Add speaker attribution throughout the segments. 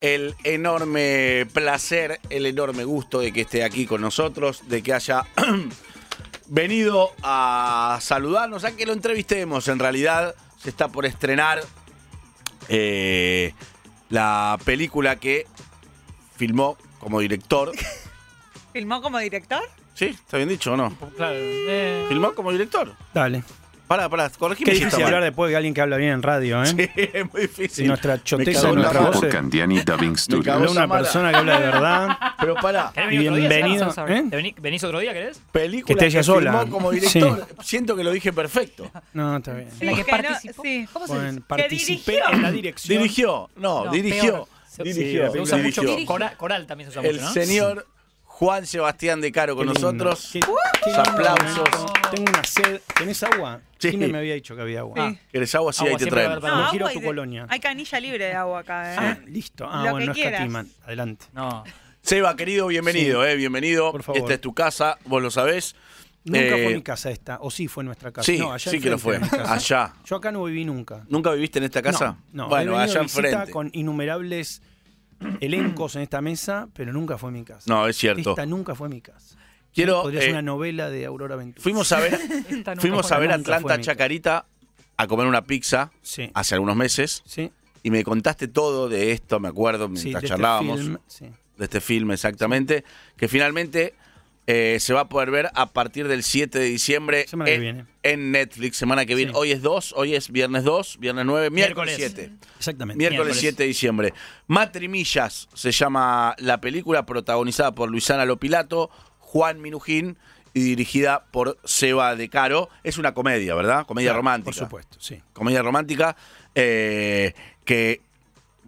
Speaker 1: el enorme placer, el enorme gusto de que esté aquí con nosotros, de que haya venido a saludarnos, a que lo entrevistemos. En realidad, se está por estrenar eh, la película que filmó como director.
Speaker 2: ¿Filmó como director?
Speaker 1: ¿Sí? ¿Está bien dicho o no?
Speaker 3: Claro. eh,
Speaker 1: ¿Filmó como director?
Speaker 4: Dale.
Speaker 1: Pará, pará, corregime
Speaker 4: Qué
Speaker 1: si está
Speaker 4: difícil
Speaker 1: mal.
Speaker 4: hablar después de alguien que habla bien en radio, ¿eh?
Speaker 1: Sí, es muy difícil.
Speaker 4: Y nuestra
Speaker 1: Me
Speaker 4: choteza,
Speaker 1: cago en la
Speaker 4: nuestra
Speaker 1: mano.
Speaker 4: voz.
Speaker 5: por Candiani Dubbing
Speaker 1: cago
Speaker 5: Studios.
Speaker 1: en
Speaker 4: Habla una
Speaker 1: Samara.
Speaker 4: persona que habla de verdad.
Speaker 1: Pero pará,
Speaker 3: ¿Querés venir otro día,
Speaker 4: Bienvenido,
Speaker 3: Sara?
Speaker 4: ¿eh?
Speaker 3: ¿Te vení- ¿Venís otro día, querés?
Speaker 1: película
Speaker 4: Que esté ella
Speaker 1: que
Speaker 4: sola.
Speaker 1: filmó como director. Siento que lo dije perfecto.
Speaker 4: No, está bien.
Speaker 2: Sí,
Speaker 6: la que
Speaker 2: no-
Speaker 6: participó.
Speaker 2: sí. ¿Cómo se
Speaker 4: Bueno,
Speaker 2: dice?
Speaker 4: participé
Speaker 2: Que
Speaker 3: En
Speaker 2: dirigió.
Speaker 3: la dirección.
Speaker 1: Dirigió, no,
Speaker 2: No,
Speaker 1: dirigió.
Speaker 2: peor.
Speaker 3: Se-
Speaker 1: Dirigió,
Speaker 3: se usa mucho.
Speaker 1: dirigió.
Speaker 3: Coral, coral también se usa
Speaker 1: El
Speaker 3: mucho, ¿no?
Speaker 1: señor Juan Sebastián de Caro con
Speaker 4: Qué lindo.
Speaker 1: nosotros.
Speaker 4: Qué- qué
Speaker 1: Los
Speaker 4: lindo
Speaker 1: aplausos.
Speaker 4: momento. Tengo una sed. ¿Tenés agua?
Speaker 1: Sí.
Speaker 4: ¿Quién me había dicho que había agua?
Speaker 2: Sí.
Speaker 1: ¿Querés agua? Sí,
Speaker 3: Agua
Speaker 1: ahí te
Speaker 3: siempre va a
Speaker 1: traen.
Speaker 3: haber
Speaker 4: Ah,
Speaker 3: para-
Speaker 4: me giro a
Speaker 2: agua
Speaker 4: tu
Speaker 2: y de-
Speaker 4: colonia.
Speaker 2: Hay canilla libre de agua acá,
Speaker 4: Ah,
Speaker 2: ¿eh?
Speaker 4: listo. Ah,
Speaker 2: Lo
Speaker 4: bueno,
Speaker 2: que
Speaker 4: no
Speaker 2: quieras.
Speaker 4: escatiman. Adelante.
Speaker 1: Eh,
Speaker 3: No.
Speaker 1: Seba, querido, bienvenido, eh, bienvenido.
Speaker 4: Por favor.
Speaker 1: Esta es tu casa, vos lo sabés.
Speaker 4: Nunca
Speaker 1: Eh,
Speaker 4: fue mi casa esta. O sí fue nuestra casa.
Speaker 1: Sí,
Speaker 4: no, allá
Speaker 1: sí que lo fue.
Speaker 4: enfrente era mi casa.
Speaker 1: Allá.
Speaker 4: Yo acá no viví nunca.
Speaker 1: ¿Nunca viviste en esta casa?
Speaker 4: No, no. He
Speaker 1: Bueno,
Speaker 4: venido
Speaker 1: allá
Speaker 4: de visita
Speaker 1: enfrente.
Speaker 4: con innumerables elencos en esta mesa, pero nunca fue mi casa.
Speaker 1: No, es cierto.
Speaker 4: Esta nunca fue mi casa.
Speaker 1: Quiero,
Speaker 4: Podría ser
Speaker 1: eh,
Speaker 4: una novela de Aurora Ventura.
Speaker 1: Fuimos a ver,
Speaker 6: Esta nunca
Speaker 1: fuimos
Speaker 4: fue
Speaker 1: a ver
Speaker 4: nunca fue
Speaker 1: Atlanta
Speaker 4: mi-
Speaker 1: Chacarita a comer una pizza
Speaker 4: Sí.
Speaker 1: hace algunos meses
Speaker 4: Sí.
Speaker 1: y me contaste todo de esto, me acuerdo, mientras
Speaker 4: sí, de este
Speaker 1: charlábamos.
Speaker 4: film, sí.
Speaker 1: de este filme, exactamente, que finalmente eh, se va a poder ver a partir del 7 de diciembre
Speaker 4: Semana que
Speaker 1: en,
Speaker 4: viene.
Speaker 1: en Netflix, semana que viene.
Speaker 4: Sí.
Speaker 1: Hoy es 2, hoy es viernes 2, viernes 9, miércoles,
Speaker 3: Miércoles.
Speaker 1: 7.
Speaker 4: Exactamente.
Speaker 1: Miércoles
Speaker 3: Miércoles.
Speaker 1: 7 de diciembre. Matrimillas se llama la película protagonizada por Luisana Lopilato, Juan Minujín y dirigida por Seba De Caro. Es una comedia, ¿verdad? Comedia
Speaker 4: Claro,
Speaker 1: romántica.
Speaker 4: Por supuesto, sí.
Speaker 1: Comedia romántica eh, que,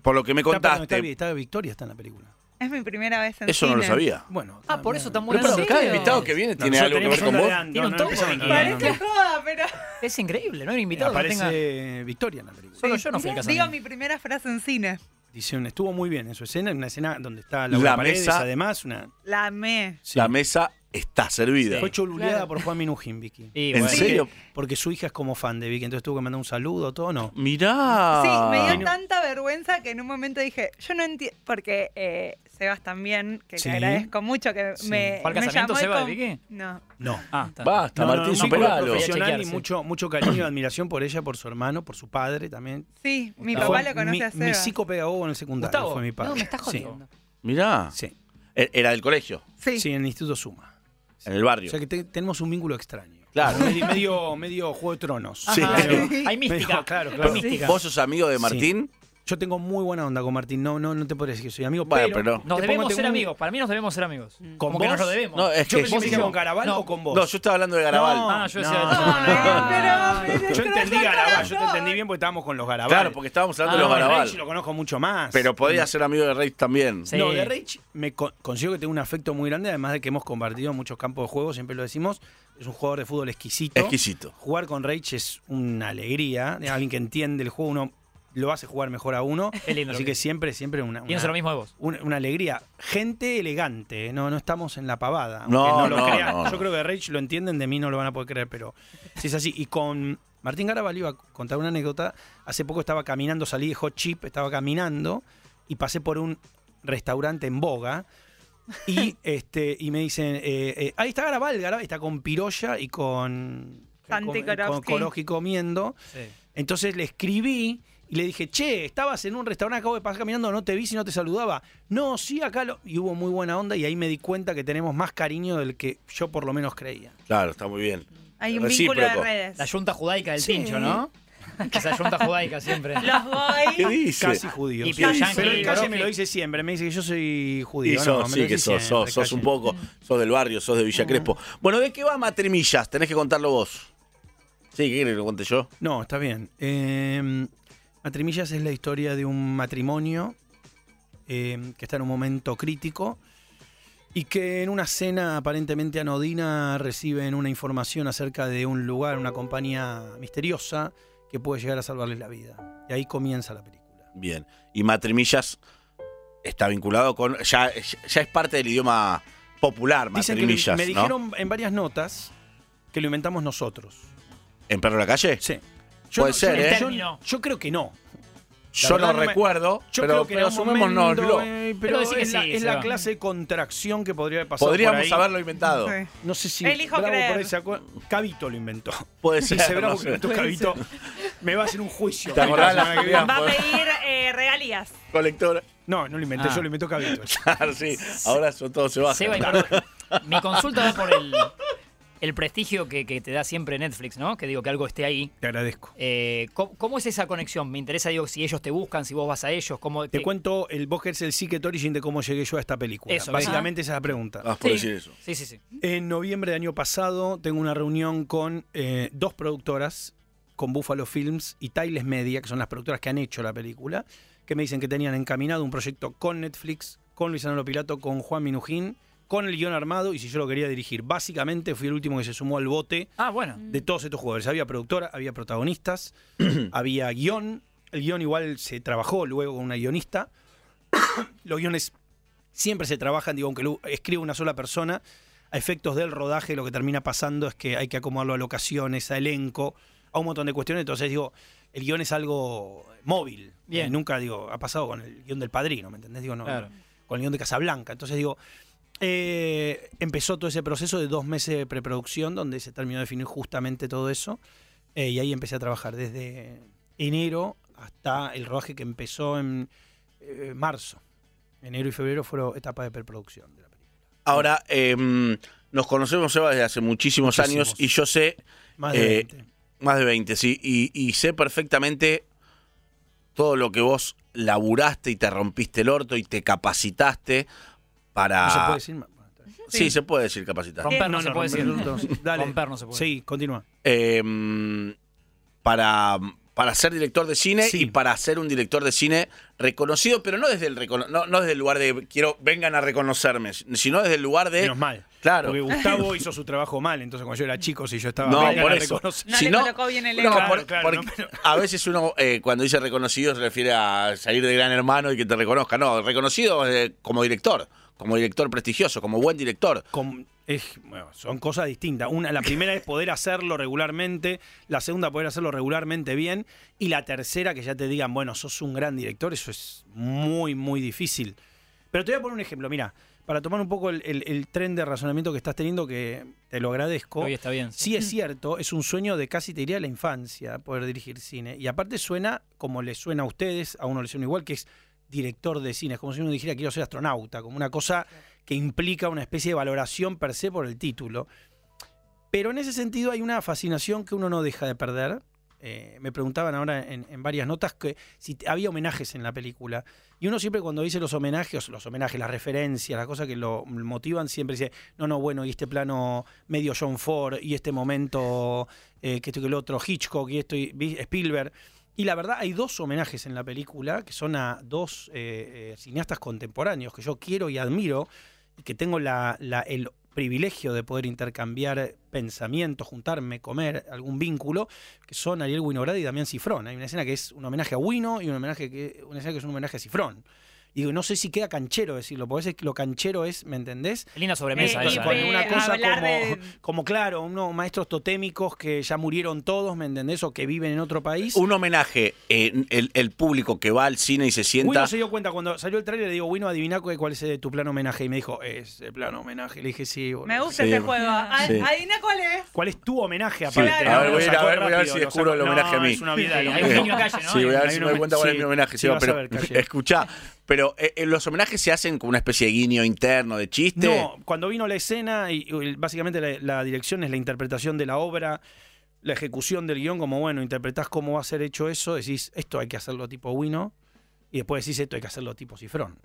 Speaker 1: por lo que me
Speaker 4: Está- perdón,
Speaker 1: contaste,
Speaker 4: Está, está Victoria está en la película.
Speaker 2: Es mi primera vez en
Speaker 1: eso no lo
Speaker 2: cine.
Speaker 1: sabía.
Speaker 4: Bueno.
Speaker 6: Ah, por eso está muy
Speaker 1: Pero, pero
Speaker 6: grande.
Speaker 1: cada invitado que viene
Speaker 4: No,
Speaker 1: tiene algo
Speaker 4: nosotros
Speaker 1: que ver con
Speaker 4: tenemos
Speaker 1: vos.
Speaker 4: una de-
Speaker 3: Tiene un
Speaker 4: no, no
Speaker 3: toque
Speaker 4: empezamos
Speaker 3: de-
Speaker 4: a-
Speaker 3: no, no,
Speaker 2: Parece joda, pero.
Speaker 6: Es increíble, ¿no? Era invitado. que tenga-
Speaker 4: Aparece Victoria en la película.
Speaker 3: Solo yo no fui a casa.
Speaker 2: Digo mi primera frase en cine.
Speaker 4: Dice, un- estuvo muy bien en su escena, en una escena donde está
Speaker 1: La
Speaker 4: Laura Paredes,
Speaker 1: mesa.
Speaker 4: además, una...
Speaker 2: La amé.
Speaker 4: sí.
Speaker 1: La mesa está servida.
Speaker 4: Fue choluleada
Speaker 6: Claro.
Speaker 4: por Juan Minujín, Vicky.
Speaker 3: Sí,
Speaker 1: ¿En
Speaker 3: bueno.
Speaker 1: serio?
Speaker 4: Porque su hija es como fan de Vicky, entonces tuvo que mandar un saludo, todo, ¿no?
Speaker 1: Mirá.
Speaker 2: Sí, me dio tanta vergüenza que en un momento dije, yo no entiendo, porque eh, Sebas también, que
Speaker 4: Sí.
Speaker 2: le agradezco mucho que
Speaker 4: Sí.
Speaker 2: me,
Speaker 3: ¿Fue al
Speaker 2: me
Speaker 3: casamiento,
Speaker 2: llamó y
Speaker 3: Seba,
Speaker 2: con-
Speaker 3: de Vicky?
Speaker 2: No,
Speaker 4: No.
Speaker 3: Ah, está.
Speaker 1: Basta,
Speaker 4: No, no,
Speaker 1: Martín,
Speaker 4: no,
Speaker 3: vino
Speaker 1: superalo.
Speaker 3: Voy a
Speaker 4: profesional
Speaker 3: chequear,
Speaker 4: y
Speaker 3: sí.
Speaker 4: mucho, mucho cariño y admiración por ella, por su hermano, por su padre también.
Speaker 2: sí, mi
Speaker 3: Gustavo.
Speaker 2: papá lo conoce
Speaker 4: mi,
Speaker 2: a Seba.
Speaker 4: Mi psicopedagogo en el secundario
Speaker 3: Gustavo.
Speaker 4: fue mi padre.
Speaker 6: No, me estás
Speaker 4: Sí,
Speaker 6: jodiendo.
Speaker 1: Mirá.
Speaker 4: sí,
Speaker 1: E- Era del colegio,
Speaker 2: Sí.
Speaker 4: sí, en el Instituto Suma.
Speaker 1: en el
Speaker 4: O
Speaker 1: barrio.
Speaker 4: sea que te- tenemos un vínculo extraño.
Speaker 1: Claro.
Speaker 4: Medi- Medio, medio Juego de Tronos.
Speaker 1: Sí.
Speaker 4: Medio-
Speaker 3: Hay mística.
Speaker 4: medio- claro,
Speaker 3: Hay
Speaker 4: claro.
Speaker 3: mística.
Speaker 1: ¿Vos sos amigo de Martín?
Speaker 4: Yo tengo muy buena onda con Martín. No, no, no te podría decir que soy amigo,
Speaker 1: Bueno,
Speaker 4: pero...
Speaker 1: pero no.
Speaker 3: Nos
Speaker 4: Te
Speaker 3: debemos
Speaker 4: pongo-
Speaker 3: ser
Speaker 4: tengo un-
Speaker 3: amigos. Para mí nos debemos ser amigos.
Speaker 4: ¿Con
Speaker 3: Como que nos
Speaker 4: vos?
Speaker 3: lo debemos.
Speaker 1: No, es que-
Speaker 3: pensé
Speaker 4: ¿Vos decís
Speaker 3: no.
Speaker 4: con Caraval
Speaker 3: No.
Speaker 4: o con vos?
Speaker 1: No, yo estaba hablando de Garabal.
Speaker 3: Ah, yo decía-
Speaker 2: Ay, Ah, pero vos me
Speaker 4: yo entendí
Speaker 2: destrozaste
Speaker 4: Garabal,
Speaker 2: las
Speaker 4: yo te
Speaker 2: dos.
Speaker 4: entendí bien porque estábamos con los Garabal.
Speaker 1: Claro, porque estábamos hablando de
Speaker 3: Ah,
Speaker 1: los
Speaker 4: Reich
Speaker 1: Garabal.
Speaker 4: lo conozco mucho más.
Speaker 1: Pero podía ser amigo de Rey también.
Speaker 3: Sí.
Speaker 4: No, de Rage me con- considero que tengo un afecto muy grande, además de que hemos compartido muchos campos de juego, siempre lo decimos. Es un jugador de fútbol exquisito.
Speaker 1: Exquisito.
Speaker 4: Jugar con Rage es una alegría. Es alguien que entiende el juego, uno lo hace jugar mejor a uno.
Speaker 3: Qué lindo
Speaker 4: Así
Speaker 3: lo que-
Speaker 4: que siempre, siempre una, una,
Speaker 3: Pienso lo mismo de vos.
Speaker 4: una- una alegría. Gente elegante, ¿eh? no, no estamos en la pavada. aunque
Speaker 1: No,
Speaker 4: lo
Speaker 1: no,
Speaker 4: crean.
Speaker 1: no, no.
Speaker 4: Yo creo que Rage lo entienden, de mí no lo van a poder creer, pero sí es así. Y con Martín Garabal iba a contar una anécdota. Hace poco estaba caminando, salí de Hot Chip, estaba caminando y pasé por un restaurante en Boga. Y este y me dicen, eh, eh, ahí está Garabal, Garabal está con Piroya y con,
Speaker 2: Santi
Speaker 4: con- con
Speaker 2: Korowski.
Speaker 4: Korowski comiendo. Entonces le escribí y le dije, che, estabas en un restaurante, acabo de pasar caminando, no te vi si no te saludaba. No, sí, acá lo... Y hubo muy buena onda y ahí me di cuenta que tenemos más cariño del que yo por lo menos creía.
Speaker 1: Claro, está muy bien.
Speaker 2: Hay un
Speaker 1: Recíproco.
Speaker 2: vínculo de redes.
Speaker 3: La yunta judaica del
Speaker 4: Sí.
Speaker 3: pincho, ¿no? Esa yunta judaica siempre.
Speaker 2: Los
Speaker 1: ¿Qué
Speaker 2: voy.
Speaker 1: dice?
Speaker 4: Casi judío.
Speaker 3: Y
Speaker 4: sí.
Speaker 3: Pero yankee,
Speaker 4: Pero en calle
Speaker 3: Gorosky.
Speaker 4: me lo dice siempre, me dice que yo soy judío.
Speaker 1: Y
Speaker 4: No,
Speaker 1: sos,
Speaker 4: me lo
Speaker 1: sí,
Speaker 4: dice
Speaker 1: que sos,
Speaker 4: siempre,
Speaker 1: sos, sos
Speaker 4: calle.
Speaker 1: un poco, sos del barrio, sos de Villa Crespo. Bueno, ¿de qué va Matrimillas? Tenés que contarlo vos. Sí, ¿qué querés que lo cuente yo?
Speaker 4: No, está bien. Eh, Matrimillas es la historia de un matrimonio eh, que está en un momento crítico y que en una cena aparentemente anodina reciben una información acerca de un lugar, una compañía misteriosa que puede llegar a salvarles la vida. Y ahí comienza la película.
Speaker 1: Bien. Y Matrimillas está vinculado con. Ya, ya es parte del idioma popular,
Speaker 4: Dicen que lo-
Speaker 1: Matrimillas.
Speaker 4: me
Speaker 1: ¿no?
Speaker 4: dijeron en varias notas que lo inventamos nosotros.
Speaker 1: ¿En Perro de la Calle?
Speaker 4: Sí. Yo,
Speaker 1: Puede
Speaker 4: no-
Speaker 1: ser,
Speaker 4: yo-
Speaker 1: ¿eh?
Speaker 4: yo- yo creo que no.
Speaker 1: Yo
Speaker 4: verdad
Speaker 1: no
Speaker 4: no me-
Speaker 1: recuerdo,
Speaker 4: Yo
Speaker 1: pero,
Speaker 4: creo que
Speaker 1: pero
Speaker 4: era un
Speaker 1: sumémonoslo.
Speaker 4: momento, eh, pero
Speaker 3: Pero decí que
Speaker 4: es, la,
Speaker 3: sí,
Speaker 4: es
Speaker 3: se
Speaker 4: la
Speaker 3: va.
Speaker 4: clase de contracción que podría haber pasado. por
Speaker 1: Podríamos
Speaker 4: ahí.
Speaker 1: haberlo inventado.
Speaker 2: Sí.
Speaker 4: No sé si
Speaker 2: Elijo
Speaker 4: Bravo
Speaker 2: creer.
Speaker 4: por ahí se acuerda. Cabito lo inventó.
Speaker 1: Puede
Speaker 4: Si
Speaker 1: ser.
Speaker 4: ese Bravo
Speaker 1: no
Speaker 4: que
Speaker 1: sé.
Speaker 4: inventó Cabito me va a hacer un juicio.
Speaker 1: ¿Te acordás la
Speaker 4: semana que
Speaker 1: judía?
Speaker 4: viene.
Speaker 2: Va a pedir eh, regalías.
Speaker 1: Colector.
Speaker 4: No, no lo inventé,
Speaker 3: Ah.
Speaker 4: yo lo inventó Cabito.
Speaker 1: Claro, sí. Ahora eso todo se baja.
Speaker 3: Seba, y perdón, mi consulta va por el, el prestigio que, que te da siempre Netflix, ¿no? Que digo que algo esté ahí.
Speaker 4: Te agradezco.
Speaker 3: Eh, ¿cómo, cómo es esa conexión? Me interesa, digo, si ellos te buscan, si vos vas a ellos, cómo...
Speaker 4: Te
Speaker 3: qué-
Speaker 4: cuento el Bosque es el Secret Origin de cómo llegué yo a esta película.
Speaker 3: Eso,
Speaker 4: Básicamente esa es la pregunta.
Speaker 1: Ah, por
Speaker 3: Sí,
Speaker 1: decir eso.
Speaker 3: Sí, sí, sí.
Speaker 4: En noviembre del año pasado tengo una reunión con eh, dos productoras, con Buffalo Films y Tiles Media, que son las productoras que han hecho la película, que me dicen que tenían encaminado un proyecto con Netflix, con Luis Analo Pilato, con Juan Minujín, con el guión armado y si yo lo quería dirigir. Básicamente fui el último que se sumó al bote
Speaker 3: Ah, bueno.
Speaker 6: Mm.
Speaker 4: de todos estos jugadores. Había productora, había protagonistas, había guión. El guión igual se trabajó luego con una guionista. Los guiones siempre se trabajan, digo, aunque lo escriba una sola persona. A efectos del rodaje, lo que termina pasando es que hay que acomodarlo a locaciones, a elenco, a un montón de cuestiones. Entonces, digo, el guión es algo móvil.
Speaker 3: Bien.
Speaker 4: Eh, nunca, digo, ha pasado con el guión del padrino, ¿me entendés? Digo, no,
Speaker 3: Claro.
Speaker 4: con el guión de Casablanca. Entonces, digo, eh, empezó todo ese proceso de dos meses de preproducción, donde se terminó de definir justamente todo eso. Eh, y ahí empecé a trabajar desde enero hasta el rodaje que empezó en eh, marzo. Enero y febrero fueron etapas de preproducción de la película.
Speaker 1: Ahora, eh, nos conocemos, Seba, desde hace muchísimos,
Speaker 4: Muchísimos.
Speaker 1: años y yo sé,
Speaker 4: Más de
Speaker 1: Eh,
Speaker 4: 20.
Speaker 1: más de 20, sí, y, y sé perfectamente todo lo que vos laburaste y te rompiste el orto y te capacitaste para...
Speaker 4: No se puede decir más.
Speaker 1: Sí, se puede decir capacitaste.
Speaker 3: Romper
Speaker 4: Eh,
Speaker 3: no,
Speaker 4: no,
Speaker 3: se
Speaker 4: no,
Speaker 3: puede
Speaker 4: romper
Speaker 3: decir.
Speaker 4: el bruto. Dale.
Speaker 3: Romper no se puede.
Speaker 4: Sí, continúa.
Speaker 1: eh, para, para ser director de cine
Speaker 4: Sí.
Speaker 1: y para ser un director de cine reconocido, pero no desde el recono- no, no desde el lugar de quiero vengan a reconocerme, sino desde el lugar de
Speaker 4: Menos mal.
Speaker 1: Eh, claro.
Speaker 4: Porque Gustavo hizo su trabajo mal, entonces cuando yo era chico, si yo estaba
Speaker 1: No,
Speaker 4: mal,
Speaker 1: por
Speaker 4: era
Speaker 1: eso.
Speaker 4: reconocer-
Speaker 2: No
Speaker 1: Si
Speaker 2: le
Speaker 1: no-
Speaker 2: colocó bien el
Speaker 1: No,
Speaker 2: eco.
Speaker 1: por-
Speaker 4: claro, no,
Speaker 1: porque a veces uno eh, cuando dice reconocido se refiere a salir de gran hermano y que te reconozca. No, reconocido eh, como director, como director prestigioso, como buen director.
Speaker 4: Con- es- bueno, son cosas distintas. Una, la primera es poder hacerlo regularmente, la segunda poder hacerlo regularmente bien y la tercera que ya te digan, bueno, sos un gran director, eso es muy, muy difícil. Pero te voy a poner un ejemplo, mira, para tomar un poco el, el- el tren de razonamiento que estás teniendo, que te lo agradezco.
Speaker 3: Hoy está bien.
Speaker 4: Oh, Sí es cierto, es un sueño de casi te diría de la infancia poder dirigir cine. Y aparte suena como les suena a ustedes, a uno les suena igual, que es director de cine. Es como si uno dijera quiero ser astronauta, como una cosa que implica una especie de valoración per se por el título. Pero en ese sentido hay una fascinación que uno no deja de perder. Eh, me preguntaban ahora en, en varias notas que si t- había homenajes en la película. Y uno siempre cuando dice los homenajes, los homenajes, las referencias, las cosas que lo motivan, siempre dice, no, no, bueno, y este plano medio John Ford, y este momento, eh, que esto y que el otro, Hitchcock, y esto, y vi- Spielberg. Y la verdad, hay dos homenajes en la película que son a dos eh, eh, cineastas contemporáneos que yo quiero y admiro, y que tengo la- la- el privilegio de poder intercambiar pensamientos, juntarme, comer, algún vínculo, que son Ariel Winograd y Damián Cifrón. Hay una escena que es un homenaje a Wino y un homenaje que, una escena que es un homenaje a Cifrón. Y digo, no sé si queda canchero decirlo, porque a veces lo canchero es, ¿me entendés?
Speaker 3: Qué Linda sobremesa
Speaker 2: Eh,
Speaker 3: esa,
Speaker 4: Y con
Speaker 3: ¿eh?
Speaker 2: eh,
Speaker 4: una cosa como,
Speaker 2: hablar de-
Speaker 4: como, claro, unos maestros totémicos que ya murieron todos, ¿me entendés? O que viven en otro país.
Speaker 1: Un homenaje, eh, el, el público que va al cine y se sienta...
Speaker 4: Wino se dio cuenta cuando salió el tráiler, le digo, Wino, adivina cu- cuál es eh, tu plano homenaje. Y me dijo, es el plano homenaje. Le dije, sí, boludo.
Speaker 2: Me gusta
Speaker 1: Sí.
Speaker 2: ese juego.
Speaker 4: Ah,
Speaker 2: A-
Speaker 1: Sí.
Speaker 2: Adivina cuál es.
Speaker 4: ¿Cuál es tu homenaje
Speaker 1: Sí,
Speaker 4: aparte?
Speaker 2: a ver,
Speaker 4: Lo
Speaker 2: voy a ir a
Speaker 4: sacó
Speaker 1: ver, voy a ver
Speaker 4: rápido,
Speaker 1: si
Speaker 4: lo
Speaker 1: descubro
Speaker 4: sacó-
Speaker 1: el homenaje a
Speaker 4: No,
Speaker 1: mí.
Speaker 4: es una vida,
Speaker 3: Sí,
Speaker 4: lo
Speaker 3: hay
Speaker 4: mismo.
Speaker 3: un genio calle,
Speaker 1: Sí,
Speaker 3: ¿no?
Speaker 1: voy a ver
Speaker 4: Hay
Speaker 1: si
Speaker 4: un
Speaker 1: me doy
Speaker 4: homen-
Speaker 1: cuenta cuál es
Speaker 4: sí,
Speaker 1: mi homenaje,
Speaker 4: sí
Speaker 1: Seba,
Speaker 4: vas a
Speaker 1: pero
Speaker 4: ver, Calle.
Speaker 1: escuchá, pero eh, eh, los homenajes se hacen con una especie de guiño interno, de chiste.
Speaker 4: No, cuando vino la escena, y, y básicamente la, la dirección es la interpretación de la obra, la ejecución del guión, como bueno, interpretás cómo va a ser hecho eso, decís, esto hay que hacerlo tipo Wino, y después decís, esto hay que hacerlo tipo Cifrón.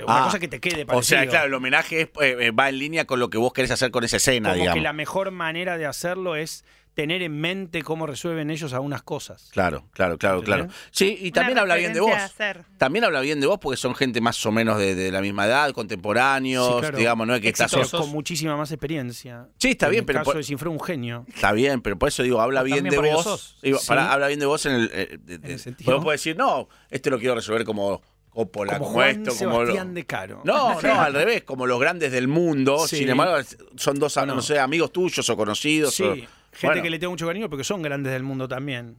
Speaker 4: Una
Speaker 1: Ah,
Speaker 4: cosa que te quede
Speaker 1: o
Speaker 4: parecido.
Speaker 1: sea, claro, el homenaje es, eh, eh, va en línea con lo que vos querés hacer con esa escena,
Speaker 4: Como
Speaker 1: digamos.
Speaker 4: que la mejor manera de hacerlo es tener en mente cómo resuelven ellos algunas cosas.
Speaker 1: Claro, claro, claro, claro.
Speaker 4: ¿Entendés?
Speaker 1: Sí, y también
Speaker 2: Una
Speaker 1: habla bien de
Speaker 2: referencia
Speaker 1: vos.
Speaker 2: a hacer.
Speaker 1: También habla bien de vos porque son gente más o menos de, de la misma edad, contemporáneos,
Speaker 4: Sí, claro.
Speaker 1: digamos, no es que estás...
Speaker 4: Pero
Speaker 3: Exitosos.
Speaker 4: con muchísima más experiencia.
Speaker 1: Sí, está
Speaker 4: En
Speaker 1: bien,
Speaker 4: el
Speaker 1: pero
Speaker 4: caso
Speaker 1: por-
Speaker 4: de Cifrón, un genio.
Speaker 1: Está bien, pero por eso digo, habla
Speaker 3: O
Speaker 1: bien
Speaker 3: también
Speaker 1: de
Speaker 3: por ahí lo
Speaker 1: vos.
Speaker 3: sos.
Speaker 1: Digo,
Speaker 4: Sí.
Speaker 1: pará, habla bien de vos en el... eh, de- de-
Speaker 4: el sentido.
Speaker 1: Vos podés decir, no, este lo quiero resolver como Coppola, como,
Speaker 4: como Juan
Speaker 1: esto, como... lo-
Speaker 4: Sebastián de Caro.
Speaker 1: No, no, al revés, como los grandes del mundo,
Speaker 4: Sí.
Speaker 1: sin embargo, son dos,
Speaker 4: Bueno.
Speaker 1: no sé, amigos tuyos o conocidos.
Speaker 4: Sí,
Speaker 1: o-
Speaker 4: gente
Speaker 1: Bueno.
Speaker 4: que le tengo mucho cariño porque son grandes del mundo también.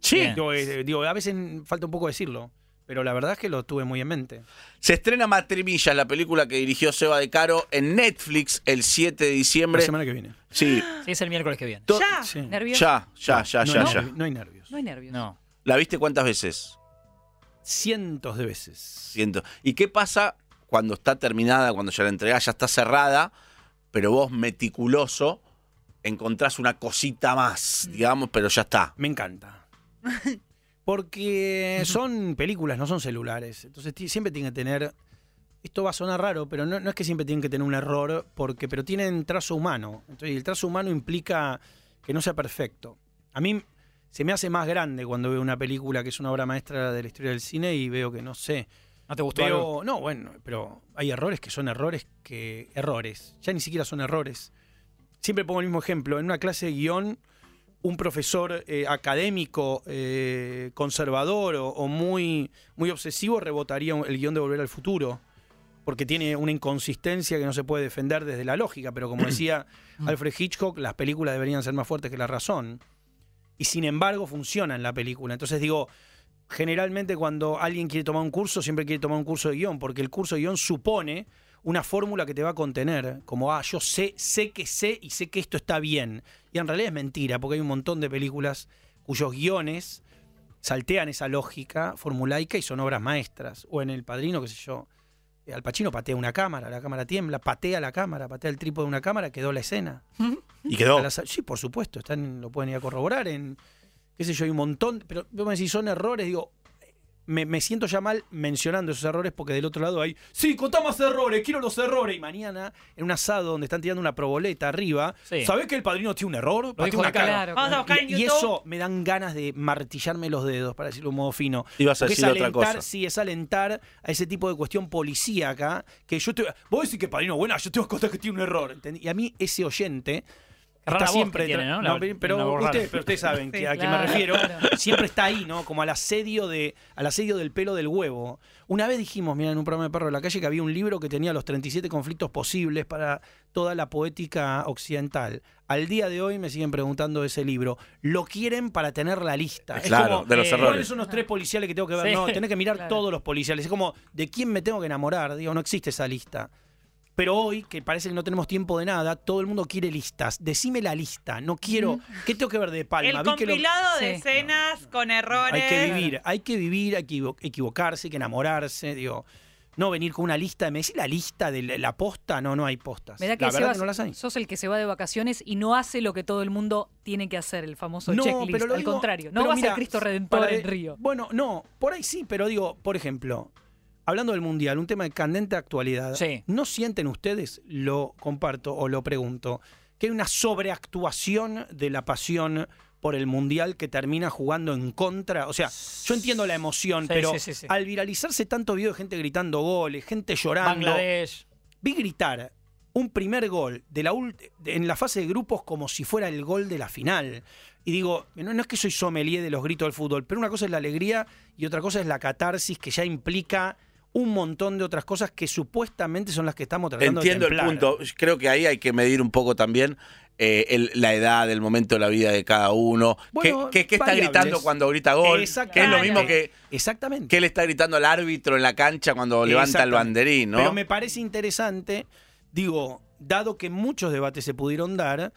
Speaker 1: Sí.
Speaker 3: Bien.
Speaker 4: Digo, eh, digo, a veces falta un poco decirlo, pero la verdad es que lo tuve muy en mente.
Speaker 1: Se estrena Matrimillas, la película que dirigió Seba de Caro en Netflix el 7 de
Speaker 4: La
Speaker 1: diciembre.
Speaker 4: semana que viene.
Speaker 1: Sí,
Speaker 3: Sí, es el miércoles que viene.
Speaker 1: To-
Speaker 2: Ya.
Speaker 4: Sí.
Speaker 6: ¿Nervios?
Speaker 1: ya, ya, ya,
Speaker 4: no,
Speaker 1: ya,
Speaker 4: hay
Speaker 1: ya.
Speaker 4: nervi- no hay nervios.
Speaker 6: No hay nervios.
Speaker 3: No.
Speaker 1: ¿La viste cuántas veces?
Speaker 4: Cientos de veces.
Speaker 1: Siento. ¿Y qué pasa cuando está terminada, cuando ya la entregás, ya está cerrada, pero vos meticuloso encontrás una cosita
Speaker 4: Mm.
Speaker 1: más, digamos, pero ya está?
Speaker 4: Me encanta. Porque son películas, no son celulares. Entonces ti- siempre tienen que tener. Esto va a sonar raro, pero no, no es que siempre tienen que tener un error, porque, pero tienen trazo humano. Entonces, y el trazo humano implica que no sea perfecto. A mí se me hace más grande cuando veo una película que es una obra maestra de la historia del cine y veo que, no sé,
Speaker 3: ¿No te gustó algo?
Speaker 4: Pero, no, bueno, pero hay errores que son errores que. errores. Ya ni siquiera son errores. Siempre pongo el mismo ejemplo. En una clase de guión, un profesor eh, académico, eh, conservador o, o muy, muy obsesivo rebotaría un- el guión de Volver al Futuro. Porque tiene una inconsistencia que no se puede defender desde la lógica. Pero como decía
Speaker 3: Mm.
Speaker 4: Alfred Hitchcock, las películas deberían ser más fuertes que la razón. Y sin embargo, funciona en la película. Entonces digo, generalmente cuando alguien quiere tomar un curso, siempre quiere tomar un curso de guión, porque el curso de guión supone una fórmula que te va a contener, como, ah, yo sé, sé que sé y sé que esto está bien. Y en realidad es mentira, porque hay un montón de películas cuyos guiones saltean esa lógica formulaica y son obras maestras. O en El Padrino, qué sé yo, eh, Al Pacino patea una cámara, la cámara tiembla, patea la cámara, patea el trípode de una cámara, quedó la escena.
Speaker 1: Y
Speaker 4: A
Speaker 1: quedó.
Speaker 4: las- sí, por supuesto, están, lo pueden ir a corroborar en, qué sé yo, hay un montón, pero si son errores, digo, me, me siento ya mal mencionando esos errores porque del otro lado hay, sí, contá más errores, quiero los errores, y mañana en un asado donde están tirando una proboleta arriba,
Speaker 3: Sí.
Speaker 4: ¿sabés que el padrino tiene un error? Patea
Speaker 3: dijo
Speaker 4: una
Speaker 3: de cara.
Speaker 4: cara.
Speaker 6: Claro.
Speaker 2: Vamos a
Speaker 6: claro.
Speaker 2: buscar en
Speaker 4: Y, y
Speaker 2: YouTube.
Speaker 4: eso me dan ganas de martillarme los dedos, para decirlo de un modo fino.
Speaker 1: Ibas a
Speaker 4: Porque es
Speaker 1: decir otra
Speaker 4: alentar,
Speaker 1: cosa.
Speaker 4: sí, es alentar a ese tipo de cuestión policíaca que yo te. Vos decís que padrino, bueno, yo te voy a contar que tiene un error. ¿entendés? Y a mí, ese oyente.
Speaker 3: Rara
Speaker 4: está
Speaker 3: voz
Speaker 4: siempre
Speaker 3: que tiene,
Speaker 4: tra-
Speaker 3: ¿no? La-
Speaker 4: pero- pero,
Speaker 3: una voz rara.
Speaker 4: ustedes, pero ustedes saben que- a
Speaker 6: Sí,
Speaker 4: quién me
Speaker 6: claro,
Speaker 4: refiero.
Speaker 6: claro.
Speaker 4: Siempre está ahí, ¿no? Como al asedio de al asedio del pelo del huevo. Una vez dijimos, mira, en un programa de Perro de la Calle que había un libro que tenía los 37 conflictos posibles para toda la poética occidental. Al día de hoy me siguen preguntando ese libro. Lo quieren para tener la lista. Es
Speaker 1: Claro,
Speaker 4: como,
Speaker 1: de los
Speaker 3: eh,
Speaker 4: ¿Cuáles
Speaker 1: errores.
Speaker 4: son los tres policiales que tengo que ver?
Speaker 3: Sí.
Speaker 4: No, tenés que mirar
Speaker 6: Claro.
Speaker 4: todos los policiales. Es como, ¿de quién me tengo que enamorar? Digo, no existe esa lista. Pero hoy, que parece que no tenemos tiempo de nada, todo el mundo quiere listas. Decime la lista. No quiero. ¿Qué tengo que ver de Palma?
Speaker 2: El
Speaker 4: Vi que lo-
Speaker 2: compilado de
Speaker 6: Sí.
Speaker 2: escenas con errores.
Speaker 4: Hay que vivir, hay que vivir, hay que equivo- equivocarse, hay que enamorarse. Digo, no venir con una lista. ¿Me decís la lista de la- la posta? No, no hay postas.
Speaker 6: Me da
Speaker 4: la
Speaker 6: que,
Speaker 4: verdad
Speaker 6: Sebas,
Speaker 4: que no las hay.
Speaker 6: sos el que se va de vacaciones y no hace lo que todo el mundo tiene que hacer, el famoso
Speaker 4: No,
Speaker 6: checklist.
Speaker 4: pero lo
Speaker 6: Al
Speaker 4: digo-
Speaker 6: contrario, no
Speaker 4: pero
Speaker 6: vas
Speaker 4: mira,
Speaker 6: a Cristo Redentor
Speaker 4: para-
Speaker 6: en Río.
Speaker 4: Bueno, no, por ahí sí, pero digo, por ejemplo, hablando del Mundial, un tema de candente actualidad.
Speaker 3: Sí.
Speaker 4: ¿No sienten ustedes, lo comparto o lo pregunto, que hay una sobreactuación de la pasión por el Mundial que termina jugando en contra? O sea, yo entiendo la emoción,
Speaker 3: Sí,
Speaker 4: pero
Speaker 3: sí, sí, sí.
Speaker 4: al viralizarse tanto video de gente gritando goles, gente llorando,
Speaker 3: Bangladesh.
Speaker 4: vi gritar un primer gol de la ult- de- en la fase de grupos como si fuera el gol de la final. Y digo, no, no es que soy sommelier de los gritos del fútbol, pero una cosa es la alegría y otra cosa es la catarsis que ya implica un montón de otras cosas que supuestamente son las que estamos tratando
Speaker 1: Entiendo
Speaker 4: de
Speaker 1: el
Speaker 4: templar.
Speaker 1: punto. Creo que ahí hay que medir un poco también eh, el- la edad, el momento de la vida de cada uno.
Speaker 4: Bueno,
Speaker 1: ¿Qué, qué- qué está
Speaker 4: variables.
Speaker 1: gritando cuando grita gol? Que es lo
Speaker 2: Exactamente.
Speaker 1: mismo que,
Speaker 4: Exactamente.
Speaker 1: que le está gritando al árbitro en la cancha cuando levanta el
Speaker 4: Exactamente.
Speaker 1: banderín, ¿no?
Speaker 4: Pero me parece interesante, digo, dado que muchos debates se pudieron dar,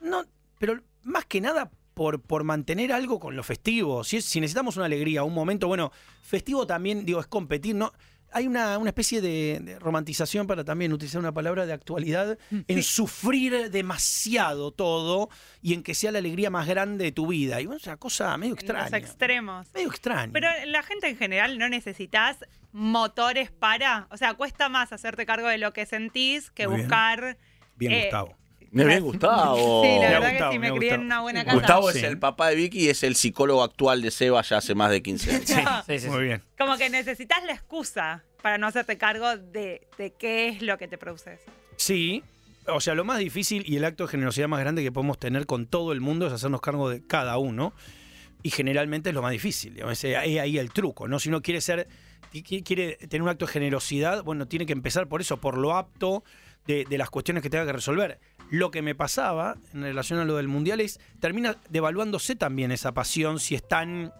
Speaker 4: no, pero más que nada por, por mantener algo con lo festivo. Si, es- si necesitamos una alegría, un momento, bueno, festivo también, digo, es competir, ¿no? Hay una, una especie de, de romantización para también utilizar una palabra de actualidad
Speaker 2: Mm,
Speaker 4: en sufrir demasiado todo y en que sea la alegría más grande de tu vida. Y bueno, es una cosa
Speaker 2: En
Speaker 4: medio
Speaker 2: los
Speaker 4: extraña.
Speaker 2: extremos.
Speaker 4: Medio extraña.
Speaker 2: Pero la gente en general no necesitas motores para. O sea, cuesta más hacerte cargo de lo que sentís que
Speaker 4: Muy bien.
Speaker 2: buscar.
Speaker 4: Bien,
Speaker 2: eh,
Speaker 4: Gustavo.
Speaker 1: Me bien Gustavo.
Speaker 2: Sí, la
Speaker 4: Me ha
Speaker 2: verdad
Speaker 4: gustado,
Speaker 2: que sí
Speaker 4: me
Speaker 2: me
Speaker 4: ha
Speaker 2: crié en
Speaker 4: gustado.
Speaker 2: una buena casa.
Speaker 1: Gustavo
Speaker 4: Sí.
Speaker 1: es el papá de Vicky y es el psicólogo actual de Seba ya hace más de 15 años.
Speaker 3: Sí, sí, sí.
Speaker 4: Muy bien.
Speaker 2: Como que necesitas la excusa para no hacerte cargo de, de qué es lo que te produce eso.
Speaker 4: Sí. O sea, lo más difícil y el acto de generosidad más grande que podemos tener con todo el mundo es hacernos cargo de cada uno. Y generalmente es lo más difícil. digamos, Es ahí ahí el truco, ¿no? Si uno quiere ser, qui- qui- quiere tener un acto de generosidad, bueno, tiene que empezar por eso, por lo apto de, de las cuestiones que tenga que resolver. Lo que me pasaba en relación a lo del mundial es, termina devaluándose también esa pasión si es tan,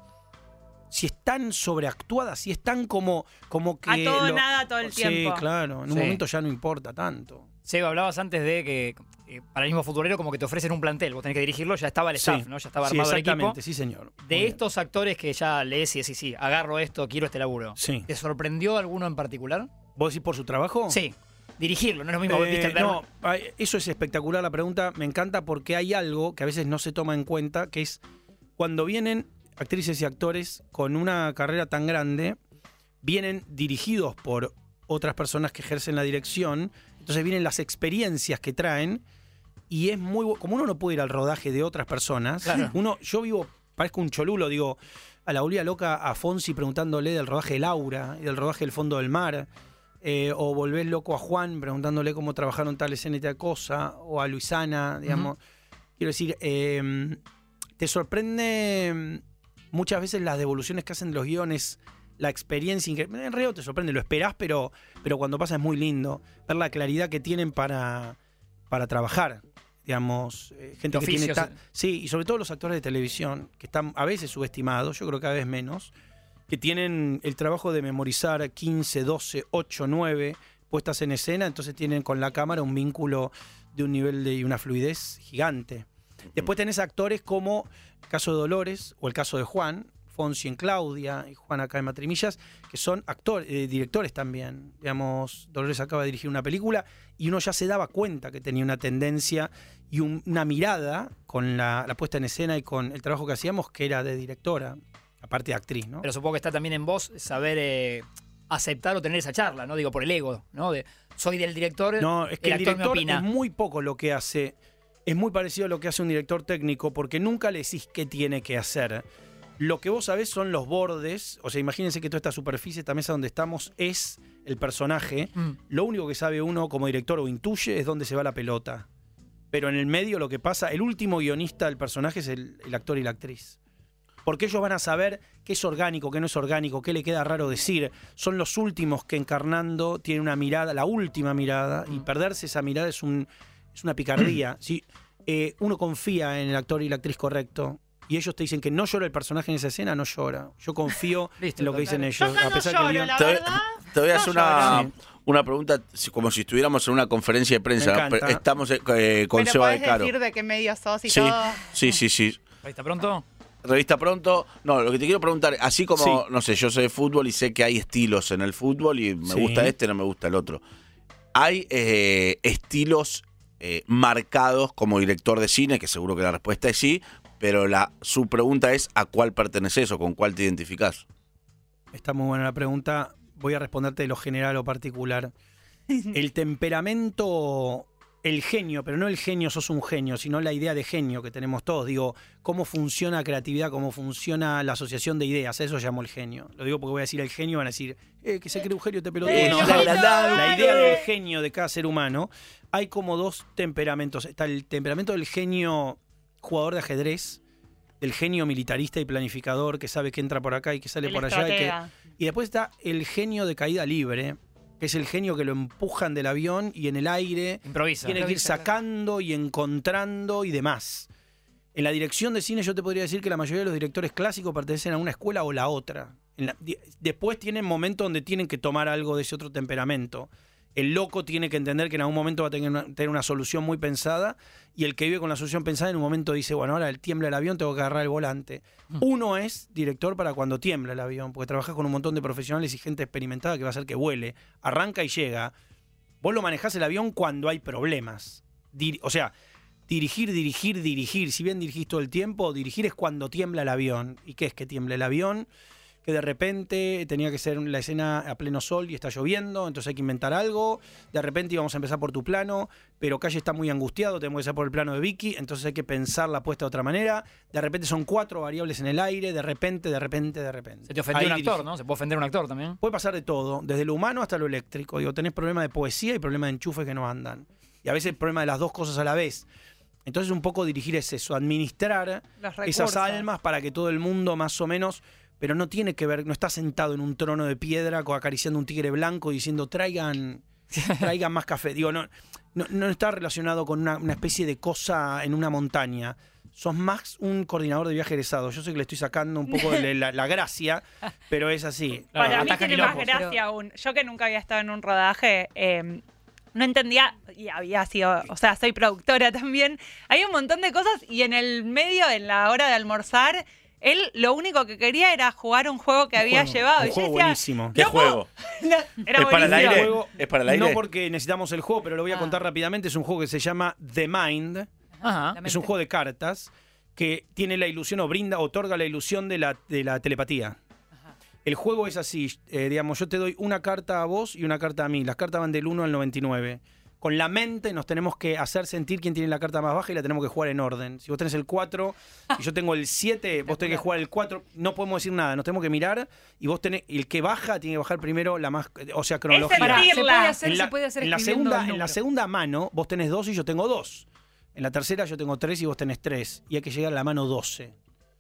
Speaker 4: si es tan sobreactuada, si es tan como, como que...
Speaker 2: A todo
Speaker 4: lo-
Speaker 2: nada, todo el
Speaker 4: sí,
Speaker 2: tiempo.
Speaker 4: claro, en un
Speaker 3: Sí.
Speaker 4: momento ya no importa tanto.
Speaker 3: Seba, hablabas antes de que eh, para el mismo futbolero como que te ofrecen un plantel, vos tenés que dirigirlo, ya estaba el staff,
Speaker 4: Sí.
Speaker 3: ¿no? Ya estaba
Speaker 4: Sí,
Speaker 3: armado el equipo.
Speaker 4: exactamente, sí señor. Muy
Speaker 3: De
Speaker 4: bien.
Speaker 3: estos actores que ya lees y decís, sí, agarro esto, quiero este laburo.
Speaker 4: Sí.
Speaker 3: ¿Te sorprendió alguno en particular?
Speaker 4: ¿Vos decís por su trabajo?
Speaker 3: Sí. Dirigirlo, no es lo mismo.
Speaker 4: Eh,
Speaker 3: viste el
Speaker 4: no, ay, eso es espectacular la pregunta. Me encanta porque hay algo que a veces no se toma en cuenta, que es cuando vienen actrices y actores con una carrera tan grande, vienen dirigidos por otras personas que ejercen la dirección, entonces vienen las experiencias que traen y es muy bu- como uno no puede ir al rodaje de otras personas,
Speaker 3: Claro.
Speaker 4: uno yo vivo parezco un cholulo, digo, a la Ulia loca a Fonsi preguntándole del rodaje de Laura y del rodaje del fondo del mar. eh, o volvés loco a Juan preguntándole cómo trabajaron tal escena y tal cosa, o a Luisana, digamos. Quiero decir, eh, te sorprende mm, muchas veces las devoluciones que hacen de los guiones, la experiencia. incre- En Río te sorprende, lo esperás, pero, pero cuando pasa es muy lindo. Ver la claridad que tienen para, para trabajar. Digamos, eh, gente
Speaker 3: De
Speaker 4: que tiene.
Speaker 3: oficios.
Speaker 4: ta- sí, y sobre todo los actores de televisión, que están a veces subestimados, yo creo que cada vez menos, que tienen el trabajo de memorizar 15, 12, 8, 9 puestas en escena, entonces tienen con la cámara un vínculo de un nivel de, y una fluidez gigante. Después tenés actores como el caso de Dolores o el caso de Juan, Fonsi en Claudia y Juan acá en Matrimillas, que son actores, directores también. Digamos, Dolores acaba de dirigir una película y uno ya se daba cuenta que tenía una tendencia y un- una mirada con la, la puesta en escena y con el trabajo que hacíamos, que era de directora, aparte de actriz, ¿no?
Speaker 3: Pero supongo que está también en vos saber eh, aceptar o tener esa charla, ¿no? Digo, por el ego, ¿no? De, soy del director,
Speaker 4: No, es que
Speaker 3: el
Speaker 4: el,
Speaker 3: actor me
Speaker 4: director
Speaker 3: opina.
Speaker 4: es muy poco lo que hace. Es muy parecido a lo que hace un director técnico porque nunca le decís qué tiene que hacer. Lo que vos sabés son los bordes. O sea, imagínense que toda esta superficie, esta mesa donde estamos, es el personaje.
Speaker 3: Mm.
Speaker 4: Lo único que sabe uno como director o intuye es dónde se va la pelota. Pero en el medio lo que pasa, el último guionista del personaje es el, el actor y la actriz. Porque ellos van a saber qué es orgánico, qué no es orgánico, qué le queda raro decir. Son los últimos que encarnando tienen una mirada, la última mirada,
Speaker 2: Mm.
Speaker 4: y perderse esa mirada es, un, es una picardía. si eh, uno confía en el actor y la actriz correcto, y ellos te dicen que no llora el personaje en esa escena, no llora. Yo confío
Speaker 3: Listo,
Speaker 4: en lo que dicen
Speaker 3: total.
Speaker 2: Yo
Speaker 4: ellos.
Speaker 2: acá no
Speaker 4: que el
Speaker 2: lloro,
Speaker 4: guion-
Speaker 2: la
Speaker 1: Te-
Speaker 2: verdad.
Speaker 1: Te voy a
Speaker 2: No
Speaker 1: hacer una,
Speaker 4: lloro.
Speaker 1: una pregunta si- como si estuviéramos en una conferencia de
Speaker 4: Me
Speaker 1: prensa.
Speaker 4: encanta.
Speaker 1: Pero Estamos eh, eh, con
Speaker 2: Pero
Speaker 1: Seba
Speaker 2: podés
Speaker 1: de Caro.
Speaker 2: decir de qué medio sos y
Speaker 1: Sí,
Speaker 2: todo.
Speaker 1: sí, sí, sí.
Speaker 3: Ahí está pronto.
Speaker 1: Revista pronto. No, lo que te quiero preguntar, así como,
Speaker 4: Sí.
Speaker 1: no sé, yo sé de fútbol y sé que hay estilos en el fútbol y me
Speaker 4: Sí.
Speaker 1: gusta este, no me gusta el otro. ¿Hay eh, estilos eh, marcados como director de cine? Que seguro que la respuesta es sí, pero la, su pregunta es ¿a cuál perteneces o con cuál te identificás?
Speaker 4: Está muy buena la pregunta. Voy a responderte de lo general o particular. El temperamento, el genio, pero no el genio, sos un genio, sino la idea de genio que tenemos todos. Digo, cómo funciona la creatividad, cómo funciona la asociación de ideas. A eso llamo el genio. Lo digo porque voy a decir el genio, van a decir, eh, que se cree un genio este pelotudo.
Speaker 2: Eh,
Speaker 4: No,
Speaker 2: loco,
Speaker 4: la,
Speaker 2: dale.
Speaker 4: la idea del genio de cada ser humano. Hay como dos temperamentos. Está el temperamento del genio jugador de ajedrez, del genio militarista y planificador que sabe que entra por acá y que sale
Speaker 2: El
Speaker 4: por allá y que,
Speaker 2: estratega.
Speaker 4: y después está el genio de caída libre, que es el genio que lo empujan del avión y en el aire
Speaker 3: Improvisa.
Speaker 4: tiene que ir sacando y encontrando y demás. En la dirección de cine yo te podría decir que la mayoría de los directores clásicos pertenecen a una escuela o la otra. En la- di- después tienen momentos donde tienen que tomar algo de ese otro temperamento. El loco tiene que entender que en algún momento va a tener una, tener una solución muy pensada y el que vive con la solución pensada en un momento dice, bueno, ahora el tiembla el avión, tengo que agarrar el volante. Uno es director para cuando tiembla el avión, porque trabajas con un montón de profesionales y gente experimentada que va a hacer que vuele. Arranca y llega. Vos lo manejás el avión cuando hay problemas. Dir- o sea, dirigir, dirigir, dirigir. Si bien dirigís todo el tiempo, dirigir es cuando tiembla el avión. ¿Y qué es que tiembla el avión? Que de repente tenía que ser la escena a pleno sol y está lloviendo, entonces hay que inventar algo. De repente íbamos a empezar por tu plano, pero Calle está muy angustiado, tenemos que empezar por el plano de Vicky, entonces hay que pensar la puesta de otra manera. De repente son cuatro variables en el aire, de repente, de repente, de repente.
Speaker 3: Se te ofendió
Speaker 4: Ahí
Speaker 3: un actor,
Speaker 4: dirigís.
Speaker 3: ¿no? Se puede ofender un actor también.
Speaker 4: Puede pasar de todo, desde lo humano hasta lo eléctrico. Digo, tenés problemas de poesía y problemas de enchufes que no andan. Y a veces problema de las dos cosas a la vez. Entonces un poco dirigir es eso, administrar
Speaker 2: Los
Speaker 4: esas
Speaker 2: recursos.
Speaker 4: almas para que todo el mundo más o menos, pero no tiene que ver, no está sentado en un trono de piedra co- acariciando un tigre blanco y diciendo traigan traigan más café. Digo, no, no, no está relacionado con una, una especie de cosa en una montaña. Sos más un coordinador de viaje egresado. Yo sé que le estoy sacando un poco de la, la gracia, pero es así.
Speaker 3: Claro,
Speaker 2: Para mí
Speaker 3: ataca
Speaker 2: tiene más
Speaker 3: quilombos.
Speaker 2: gracia
Speaker 6: Pero-
Speaker 2: aún. Yo que nunca había estado en un rodaje, eh, no entendía, y había sido, o sea, soy productora también. Hay un montón de cosas y en el medio, en la hora de almorzar, él lo único que quería era jugar un juego que había
Speaker 4: Juego,
Speaker 2: llevado.
Speaker 4: Un
Speaker 2: y yo
Speaker 4: juego
Speaker 2: decía,
Speaker 4: buenísimo.
Speaker 1: ¿Qué
Speaker 2: No,
Speaker 1: juego?
Speaker 2: Era
Speaker 1: ¿Es para el
Speaker 2: buenísimo.
Speaker 1: aire?
Speaker 4: Juego-
Speaker 1: ¿Es para el aire?
Speaker 4: No porque necesitamos el juego, pero lo voy a
Speaker 6: Ah.
Speaker 4: contar rápidamente. Es un juego que se llama The Mind.
Speaker 3: Ajá.
Speaker 6: La
Speaker 4: Es un
Speaker 6: mente.
Speaker 4: juego de cartas que tiene la ilusión o brinda, otorga la ilusión de la, de la telepatía. El juego es así, eh, digamos, yo te doy una carta a vos y una carta a mí. Las cartas van del 1 al 99. Con la mente nos tenemos que hacer sentir quién tiene la carta más baja y la tenemos que jugar en orden. Si vos tenés el 4 y yo tengo el 7, vos tenés que jugar el 4. No podemos decir nada, nos tenemos que mirar y vos tenés. El que baja tiene que bajar primero la más. O sea, cronología.
Speaker 6: Pará, se puede
Speaker 2: Sentirla.
Speaker 6: hacer,
Speaker 4: En
Speaker 6: se puede hacer
Speaker 4: en la
Speaker 6: escribiendo
Speaker 4: segunda,
Speaker 6: el
Speaker 4: en la
Speaker 6: número.
Speaker 4: segunda mano vos tenés dos y yo tengo dos. En la tercera yo tengo tres y vos tenés tres. Y hay que llegar a la mano 12.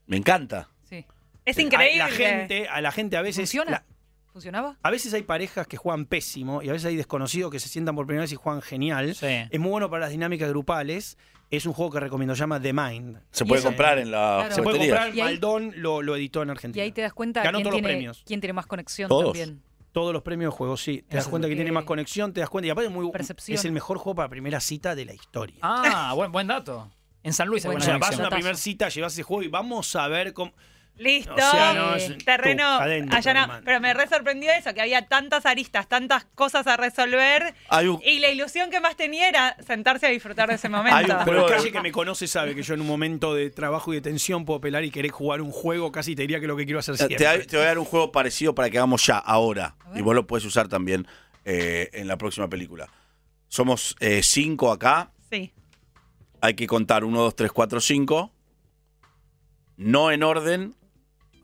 Speaker 1: Me encanta.
Speaker 6: Sí.
Speaker 2: Es increíble.
Speaker 4: A la gente, a la gente a veces.
Speaker 6: ¿Funciona?
Speaker 4: la-
Speaker 6: ¿Funcionaba?
Speaker 4: a veces hay parejas que juegan pésimo y a veces hay desconocidos que se sientan por primera vez y juegan genial.
Speaker 3: Sí.
Speaker 4: Es muy bueno para las dinámicas grupales. Es un juego que recomiendo, se llama The Mind.
Speaker 1: Se
Speaker 6: Y
Speaker 1: puede
Speaker 6: eso-
Speaker 1: comprar en la
Speaker 6: Claro.
Speaker 4: Se puede
Speaker 1: juguetería.
Speaker 4: comprar,
Speaker 6: Y ahí-
Speaker 4: Maldón lo, lo editó en
Speaker 6: Y
Speaker 4: Argentina.
Speaker 6: ahí te das cuenta
Speaker 4: Ganó
Speaker 6: quién
Speaker 4: todos los
Speaker 6: tiene,
Speaker 4: premios.
Speaker 6: quién tiene más conexión
Speaker 1: Todos.
Speaker 6: también.
Speaker 4: Todos los premios de juegos, sí. Te das
Speaker 6: Eso,
Speaker 4: cuenta que
Speaker 6: ok.
Speaker 4: tiene más conexión, te das cuenta. Y aparte es, muy,
Speaker 6: Percepción.
Speaker 4: es el mejor juego para primera cita de la historia.
Speaker 3: Ah, buen, buen dato. En San Luis hay
Speaker 4: O
Speaker 3: buena
Speaker 6: Bueno,
Speaker 4: sea, vas a
Speaker 3: conexión.
Speaker 4: una
Speaker 6: Datazo.
Speaker 4: primera cita, llevas ese juego y vamos a ver cómo.
Speaker 2: Listo.
Speaker 4: O sea, no,
Speaker 6: Eh,
Speaker 4: es-
Speaker 2: Terreno
Speaker 4: tú, adentro,
Speaker 2: allá no,
Speaker 4: hermano.
Speaker 2: pero me re sorprendió eso, que había tantas aristas, tantas cosas a resolver
Speaker 1: Hay un,
Speaker 2: y la ilusión que más tenía era sentarse a disfrutar de ese
Speaker 1: Hay
Speaker 2: momento.
Speaker 1: un juego-
Speaker 4: Pero
Speaker 1: Pero-
Speaker 4: calle que me conoce sabe que yo en un momento de trabajo y de tensión puedo pelar y querer jugar un juego, casi te diría que es lo que quiero hacer
Speaker 1: te,
Speaker 4: siempre.
Speaker 1: te voy a dar un juego parecido para que hagamos ya, ahora.
Speaker 6: A ver.
Speaker 1: Y vos lo puedes usar también eh, en la próxima película. Somos eh, cinco acá.
Speaker 2: Sí.
Speaker 1: Hay que contar 1, 2, 3, 4, 5. No en orden.